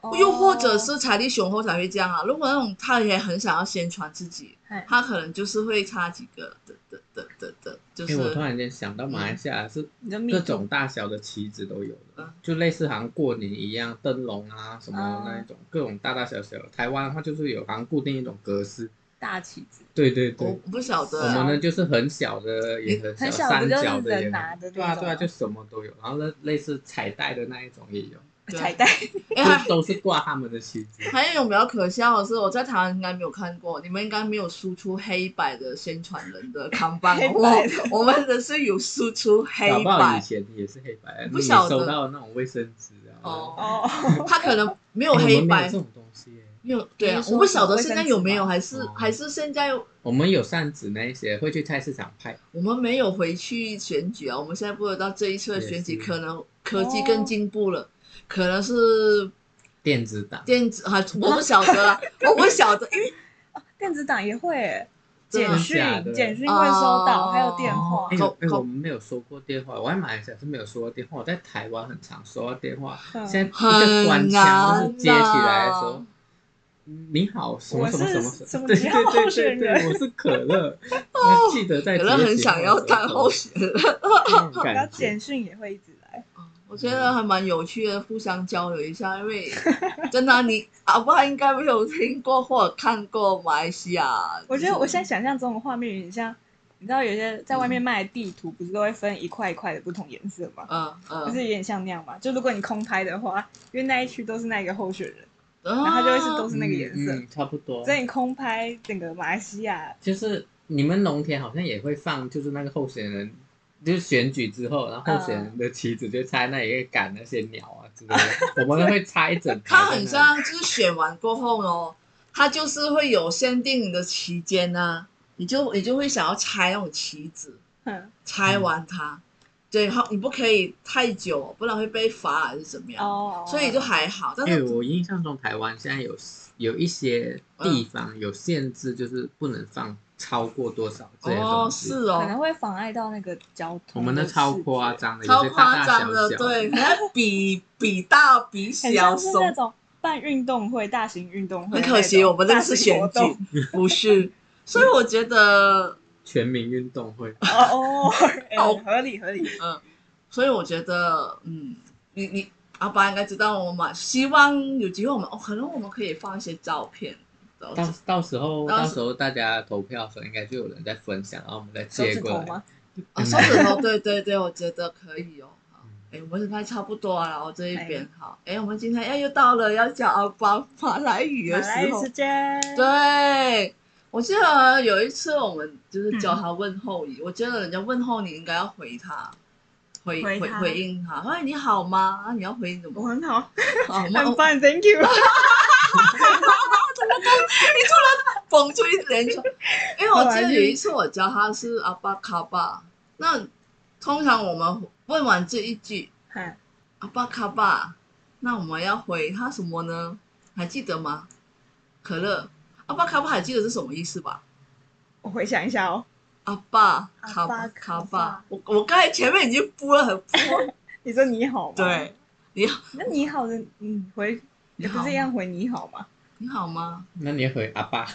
[SPEAKER 1] 哦
[SPEAKER 3] 又或者是财力雄厚才会这样啊。如果那种他也很想要宣传自己，
[SPEAKER 1] 嗨
[SPEAKER 3] 他可能就是会差几个的的的的的，就
[SPEAKER 2] 因为哎我突
[SPEAKER 3] 嗯是
[SPEAKER 2] 然间想到，马来西亚是
[SPEAKER 1] 你的密
[SPEAKER 2] 各种大小的旗子都有的
[SPEAKER 3] 嗯，
[SPEAKER 2] 就类似好像过年一样，灯笼啊什么
[SPEAKER 1] 哦
[SPEAKER 2] 那一种，各种大大小小的。台湾的话就是有好像固定一种格式，
[SPEAKER 1] 大旗子，
[SPEAKER 2] 对对对
[SPEAKER 3] 我。不晓
[SPEAKER 2] 我
[SPEAKER 3] 得
[SPEAKER 1] 啊
[SPEAKER 2] 们
[SPEAKER 3] 哦啊。
[SPEAKER 2] 呢就是很小的，也很
[SPEAKER 1] 很小
[SPEAKER 2] 三
[SPEAKER 1] 的
[SPEAKER 2] 角
[SPEAKER 1] 就是
[SPEAKER 2] 的也
[SPEAKER 1] 人拿的那种
[SPEAKER 2] 对啊对啊，就什么都有。然后类类似彩带的那一种也有，
[SPEAKER 3] 对
[SPEAKER 1] 彩带，
[SPEAKER 3] 哎，还
[SPEAKER 2] 就都是挂他们的旗子。
[SPEAKER 3] 还有一种比较可笑的是，我在台湾应该没有看过，你们应该没有输出黑白的宣传人的扛棒
[SPEAKER 1] 黑，
[SPEAKER 3] 我
[SPEAKER 1] 白的
[SPEAKER 3] 我们的是有输出黑
[SPEAKER 2] 搞不好以
[SPEAKER 3] 白，
[SPEAKER 2] 前也是黑白，
[SPEAKER 3] 不
[SPEAKER 2] 你
[SPEAKER 3] 晓得
[SPEAKER 2] 收到那种卫生纸啊。
[SPEAKER 3] 哦
[SPEAKER 1] 哦，
[SPEAKER 3] 他可能没有
[SPEAKER 2] 哎，
[SPEAKER 3] 黑
[SPEAKER 2] 我们没有
[SPEAKER 3] 白
[SPEAKER 2] 这，种东西耶。
[SPEAKER 3] 没有对
[SPEAKER 1] 你
[SPEAKER 3] 啊
[SPEAKER 1] 是，说
[SPEAKER 3] 我不晓得现在有没
[SPEAKER 1] 什
[SPEAKER 3] 有，
[SPEAKER 1] 么
[SPEAKER 3] 还是
[SPEAKER 2] 哦
[SPEAKER 3] 还是现在
[SPEAKER 2] 我们有扇子那一些，会去菜市场拍。
[SPEAKER 3] 我们没有回去选举啊，我们现在不知道这一次的选举
[SPEAKER 2] 也是
[SPEAKER 3] 可能科技更进步
[SPEAKER 2] 哦
[SPEAKER 3] 了，可能是
[SPEAKER 2] 电子档，
[SPEAKER 3] 电子啊，我不晓得 啦，我不晓得，因为
[SPEAKER 1] 电子档也会耶，
[SPEAKER 3] 真的
[SPEAKER 1] 简
[SPEAKER 3] 吗
[SPEAKER 1] 讯
[SPEAKER 2] 假的
[SPEAKER 1] 简讯会收到，
[SPEAKER 3] 哦
[SPEAKER 1] 还有电话
[SPEAKER 2] 哎、
[SPEAKER 3] 搞
[SPEAKER 2] 哎
[SPEAKER 3] 搞
[SPEAKER 2] 我们没有收过电话，我在马来西亚是没有收过电话，我在台湾很常收到电话。
[SPEAKER 1] 嗯
[SPEAKER 2] 现在一个关
[SPEAKER 3] 很
[SPEAKER 2] 枪就是接起来的时
[SPEAKER 3] 难
[SPEAKER 2] 候
[SPEAKER 3] 啊，
[SPEAKER 2] 你好，什么
[SPEAKER 1] 我
[SPEAKER 2] 什么
[SPEAKER 1] 是
[SPEAKER 2] 什么
[SPEAKER 1] 什么
[SPEAKER 2] 对
[SPEAKER 1] 几
[SPEAKER 2] 对
[SPEAKER 1] 号
[SPEAKER 2] 对
[SPEAKER 1] 候选
[SPEAKER 2] 对对，
[SPEAKER 1] 人
[SPEAKER 2] 我是可乐，我记得在
[SPEAKER 3] 哦可能
[SPEAKER 2] 节
[SPEAKER 3] 很
[SPEAKER 2] 气
[SPEAKER 3] 想
[SPEAKER 2] 候
[SPEAKER 3] 要
[SPEAKER 2] 的时
[SPEAKER 3] 当
[SPEAKER 2] 候
[SPEAKER 3] 候选人。
[SPEAKER 2] 那 种
[SPEAKER 1] 然
[SPEAKER 2] 感
[SPEAKER 1] 后
[SPEAKER 2] 觉
[SPEAKER 1] 简讯也会一直来，
[SPEAKER 3] 我觉得还蛮有趣的，互相交流一下，因 为真的啊、你阿爸应该没有听过或者看过马来西亚。
[SPEAKER 1] 我觉得我现在
[SPEAKER 3] 在
[SPEAKER 1] 想象中的画面有点像，你知道有些在外面卖的地图不是都会分一块一块的不同颜色吗？
[SPEAKER 3] 嗯
[SPEAKER 1] 就
[SPEAKER 3] 嗯，
[SPEAKER 1] 是有点像那样嘛，就如果你空拍的话，因为那一区都是那个候选人，
[SPEAKER 3] 然
[SPEAKER 1] 然后它就会是都是那个颜色，
[SPEAKER 2] 嗯嗯差不多。
[SPEAKER 1] 所以你空拍整个马来西亚，
[SPEAKER 2] 就是你们农田好像也会放，就是那个候选人，就是选举之后，然后候选人的旗子就插在那里，会赶那些鸟啊之类的。我们会插一整排。
[SPEAKER 3] 它很，像哦就是选完过后呢，它就是会有限定的期间呢、你就你就会想要拆那种棋子，
[SPEAKER 1] 哼，
[SPEAKER 2] 嗯
[SPEAKER 3] 拆完它，对，好，你不可以太久，不然会被罚还是怎么样。
[SPEAKER 1] 哦，
[SPEAKER 3] 所以就还好，但
[SPEAKER 2] 因为
[SPEAKER 3] 是
[SPEAKER 2] 我印象中台湾现在有有一些地方有限制，就是不能放超过多少这些
[SPEAKER 3] 哦
[SPEAKER 2] 东西。
[SPEAKER 3] 是
[SPEAKER 1] 可
[SPEAKER 3] 哦
[SPEAKER 1] 能，会妨碍到那个交通。
[SPEAKER 2] 我们的超夸，张的，有
[SPEAKER 3] 超
[SPEAKER 2] 些
[SPEAKER 3] 夸
[SPEAKER 2] 大大
[SPEAKER 3] 张的，
[SPEAKER 2] 小小
[SPEAKER 3] 对，你看比比大比
[SPEAKER 1] 很
[SPEAKER 3] 小，
[SPEAKER 1] 像是
[SPEAKER 3] 手
[SPEAKER 1] 那种办运动会、大型运动会
[SPEAKER 3] 很
[SPEAKER 1] 那种大型活动。
[SPEAKER 3] 可惜，我们那是选举， 不是。所以我觉得，
[SPEAKER 2] 全民运动会。
[SPEAKER 1] 哦哦，哎
[SPEAKER 3] 哦
[SPEAKER 1] 合理合理。
[SPEAKER 3] 所以我觉得，嗯，你你阿爸应该知道我嘛。希望有机会我们哦，可能我们可以放一些照片，然后
[SPEAKER 2] 到到时候，
[SPEAKER 3] 到时
[SPEAKER 2] 到时候大家投票的时候，应该就有人在分享，然后我们再
[SPEAKER 1] 手
[SPEAKER 2] 接
[SPEAKER 1] 指
[SPEAKER 2] 过
[SPEAKER 1] 头
[SPEAKER 2] 来。
[SPEAKER 1] 吗？
[SPEAKER 3] 啊，
[SPEAKER 2] 嗯
[SPEAKER 3] 手指头，对对对，我觉得可以哦。好哎，我们应该差不多了，我这一边好。哎，我们今天要又到了要讲阿爸马来语
[SPEAKER 1] 马
[SPEAKER 3] 的
[SPEAKER 1] 来
[SPEAKER 3] 时
[SPEAKER 1] 语
[SPEAKER 3] 候
[SPEAKER 1] 时，间。
[SPEAKER 3] 对，我记得有一次我们
[SPEAKER 1] 嗯
[SPEAKER 3] 就是教他问候语，我觉得人家问候你应该要回他，回
[SPEAKER 1] 回
[SPEAKER 3] 回
[SPEAKER 1] 他
[SPEAKER 3] 回应他，哎你好吗？啊你要回怎
[SPEAKER 1] 我
[SPEAKER 3] 么？
[SPEAKER 1] 很好，
[SPEAKER 3] 啊，我们
[SPEAKER 1] 很棒，Thank you。
[SPEAKER 3] 蹦出一连串，因为我
[SPEAKER 1] 好
[SPEAKER 3] 记得
[SPEAKER 1] 玩
[SPEAKER 3] 有一次我教他是阿巴卡巴，那通常我们问完这一句
[SPEAKER 1] 嗨
[SPEAKER 3] 阿巴卡巴，那我们要回他什么呢？还记得吗？可乐，阿巴卡巴还记得是什么意思吧？
[SPEAKER 1] 我回想一下哦，
[SPEAKER 3] 阿爸
[SPEAKER 1] 阿
[SPEAKER 3] 卡
[SPEAKER 1] 爸
[SPEAKER 3] 卡
[SPEAKER 1] 卡
[SPEAKER 3] 爸
[SPEAKER 1] 爸，
[SPEAKER 3] 我我刚才前面已经播了很播，
[SPEAKER 1] 你说你好吗？，
[SPEAKER 3] 对，你好
[SPEAKER 1] 那你好的，嗯，回你
[SPEAKER 3] 你好
[SPEAKER 1] 不是一样回你好吗？
[SPEAKER 3] 你好吗？
[SPEAKER 2] 那你回阿 爸？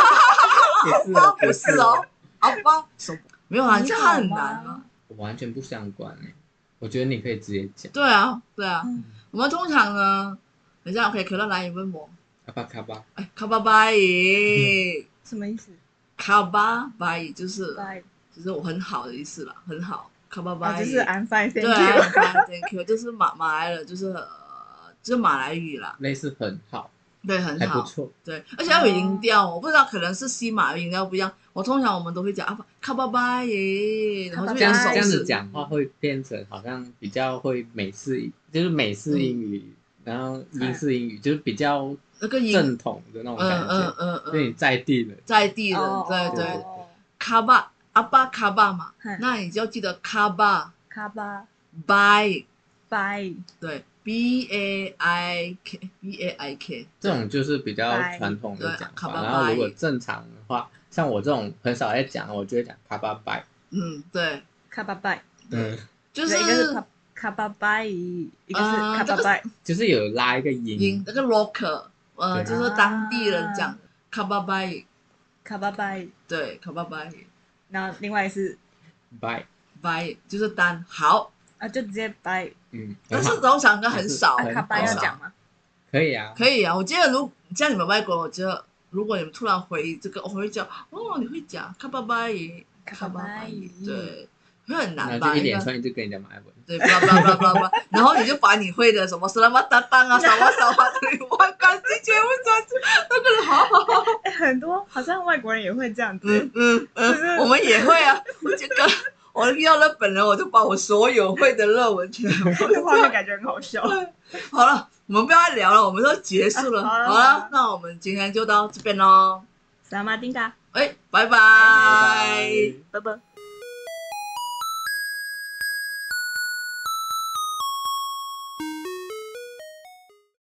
[SPEAKER 2] 不
[SPEAKER 3] 啊不
[SPEAKER 2] 不
[SPEAKER 3] 是哦，，阿爸什么没有啊，
[SPEAKER 1] 你
[SPEAKER 3] 这
[SPEAKER 1] 好
[SPEAKER 3] 样很
[SPEAKER 1] 吗
[SPEAKER 3] 难啊。
[SPEAKER 2] 我完全不相关哎、我觉得你可以直接讲
[SPEAKER 3] 对啊，对啊，
[SPEAKER 1] 嗯
[SPEAKER 3] 我们通常呢，等一下 OK，可乐来你问我，
[SPEAKER 2] 阿爸卡巴，
[SPEAKER 3] 哎，卡巴拜耶，
[SPEAKER 1] 什么意思？
[SPEAKER 3] 卡巴拜耶就是
[SPEAKER 1] 拜，
[SPEAKER 3] 就是我很好的意思啦，很好，卡巴
[SPEAKER 1] 啊
[SPEAKER 3] 拜
[SPEAKER 1] 就
[SPEAKER 3] 耶，
[SPEAKER 1] 是 I'm fine,
[SPEAKER 3] 对
[SPEAKER 1] thank
[SPEAKER 3] 啊
[SPEAKER 1] you。
[SPEAKER 3] ，I'm fine，thank you，就是马马来人，就是呃，就是马来语啦，
[SPEAKER 2] 类似很好，
[SPEAKER 3] 对，很
[SPEAKER 2] 还
[SPEAKER 3] 好
[SPEAKER 2] 不。错。
[SPEAKER 3] 对，而且
[SPEAKER 1] 哦
[SPEAKER 3] 它有音调，我不知道可能是西马的音调不一样。我通常我们都会讲啊，卡巴巴耶，然后就
[SPEAKER 2] 这
[SPEAKER 3] 会
[SPEAKER 2] 样
[SPEAKER 1] 拜
[SPEAKER 3] 手
[SPEAKER 2] 这样子
[SPEAKER 3] 势
[SPEAKER 2] 讲哦话会变成好像比较会美式，就是美式英语，
[SPEAKER 3] 嗯
[SPEAKER 2] 然后英式英语就是比较
[SPEAKER 3] 那个音，
[SPEAKER 2] 正统的那种
[SPEAKER 3] 嗯
[SPEAKER 2] 感
[SPEAKER 3] 哎嗯
[SPEAKER 2] 觉，
[SPEAKER 3] 嗯
[SPEAKER 2] 对你
[SPEAKER 3] 嗯，
[SPEAKER 2] 在地的。
[SPEAKER 3] 在地人，
[SPEAKER 1] 哦
[SPEAKER 3] 对
[SPEAKER 1] 哦
[SPEAKER 3] 对，
[SPEAKER 1] 哦
[SPEAKER 3] 卡巴阿巴卡巴嘛
[SPEAKER 1] 嗨，
[SPEAKER 3] 那你就要记得卡巴
[SPEAKER 1] 卡巴
[SPEAKER 3] 拜，
[SPEAKER 1] 拜
[SPEAKER 3] 对， B A I K B A I K，
[SPEAKER 2] 这种就是比较传统的讲
[SPEAKER 3] 对
[SPEAKER 2] 法。
[SPEAKER 3] 卡巴拜
[SPEAKER 2] 然后如果正常的话，像我这种很少在讲，我就会讲卡巴拜。
[SPEAKER 3] 嗯，对，
[SPEAKER 1] 卡巴拜，
[SPEAKER 2] 嗯，
[SPEAKER 3] 就
[SPEAKER 1] 对一个是
[SPEAKER 3] 是
[SPEAKER 1] 卡卡巴拜，一个是
[SPEAKER 3] 呃
[SPEAKER 1] 卡
[SPEAKER 3] 这
[SPEAKER 1] 巴
[SPEAKER 3] 个
[SPEAKER 1] 拜，
[SPEAKER 2] 就是有拉一个
[SPEAKER 3] 引
[SPEAKER 2] 音，
[SPEAKER 3] 那个 local，呃，
[SPEAKER 2] 对
[SPEAKER 3] 就是当地人
[SPEAKER 1] 啊
[SPEAKER 3] 讲卡巴拜，
[SPEAKER 1] 卡巴拜，
[SPEAKER 3] 对，卡巴拜
[SPEAKER 1] 然后另外是
[SPEAKER 2] 拜，
[SPEAKER 3] 拜就是单好，
[SPEAKER 1] 啊，就直接拜
[SPEAKER 2] 嗯，
[SPEAKER 3] 但是
[SPEAKER 2] 很好
[SPEAKER 3] 通常都很少，
[SPEAKER 1] 啊
[SPEAKER 2] 很
[SPEAKER 1] 卡巴要
[SPEAKER 2] 少
[SPEAKER 1] 讲吗？
[SPEAKER 2] 可以啊，
[SPEAKER 3] 可以啊，我觉得如像你们外国，我觉得如果你们突然回这个，我会讲哦，你会讲卡巴巴耶，
[SPEAKER 1] 卡巴巴耶
[SPEAKER 3] 对，会很难
[SPEAKER 2] 然
[SPEAKER 3] 吧？
[SPEAKER 2] 后就一
[SPEAKER 3] 应
[SPEAKER 2] 连
[SPEAKER 3] 该
[SPEAKER 2] 串就跟人家马来文。
[SPEAKER 3] 对，巴拉巴拉巴 拉，然后你就把你会的什么斯拉巴达当 啊、萨瓦萨瓦的，我感觉全部抓住，那个人好好，
[SPEAKER 1] 哎，很多好像外国人也会这样子
[SPEAKER 3] 嗯，嗯嗯，我们也会啊，这个。我遇到日本人，我就把我所有会的日文全部
[SPEAKER 1] 这画面感觉很好 笑。
[SPEAKER 3] 好了，我们不要再聊了，我们都结束了。
[SPEAKER 1] 啊好了
[SPEAKER 3] 好
[SPEAKER 1] 好
[SPEAKER 3] 了
[SPEAKER 1] 了，
[SPEAKER 3] 那我们今天就到这边喽。
[SPEAKER 1] 萨马丁嘎，
[SPEAKER 3] 哎，拜拜。
[SPEAKER 1] 拜拜。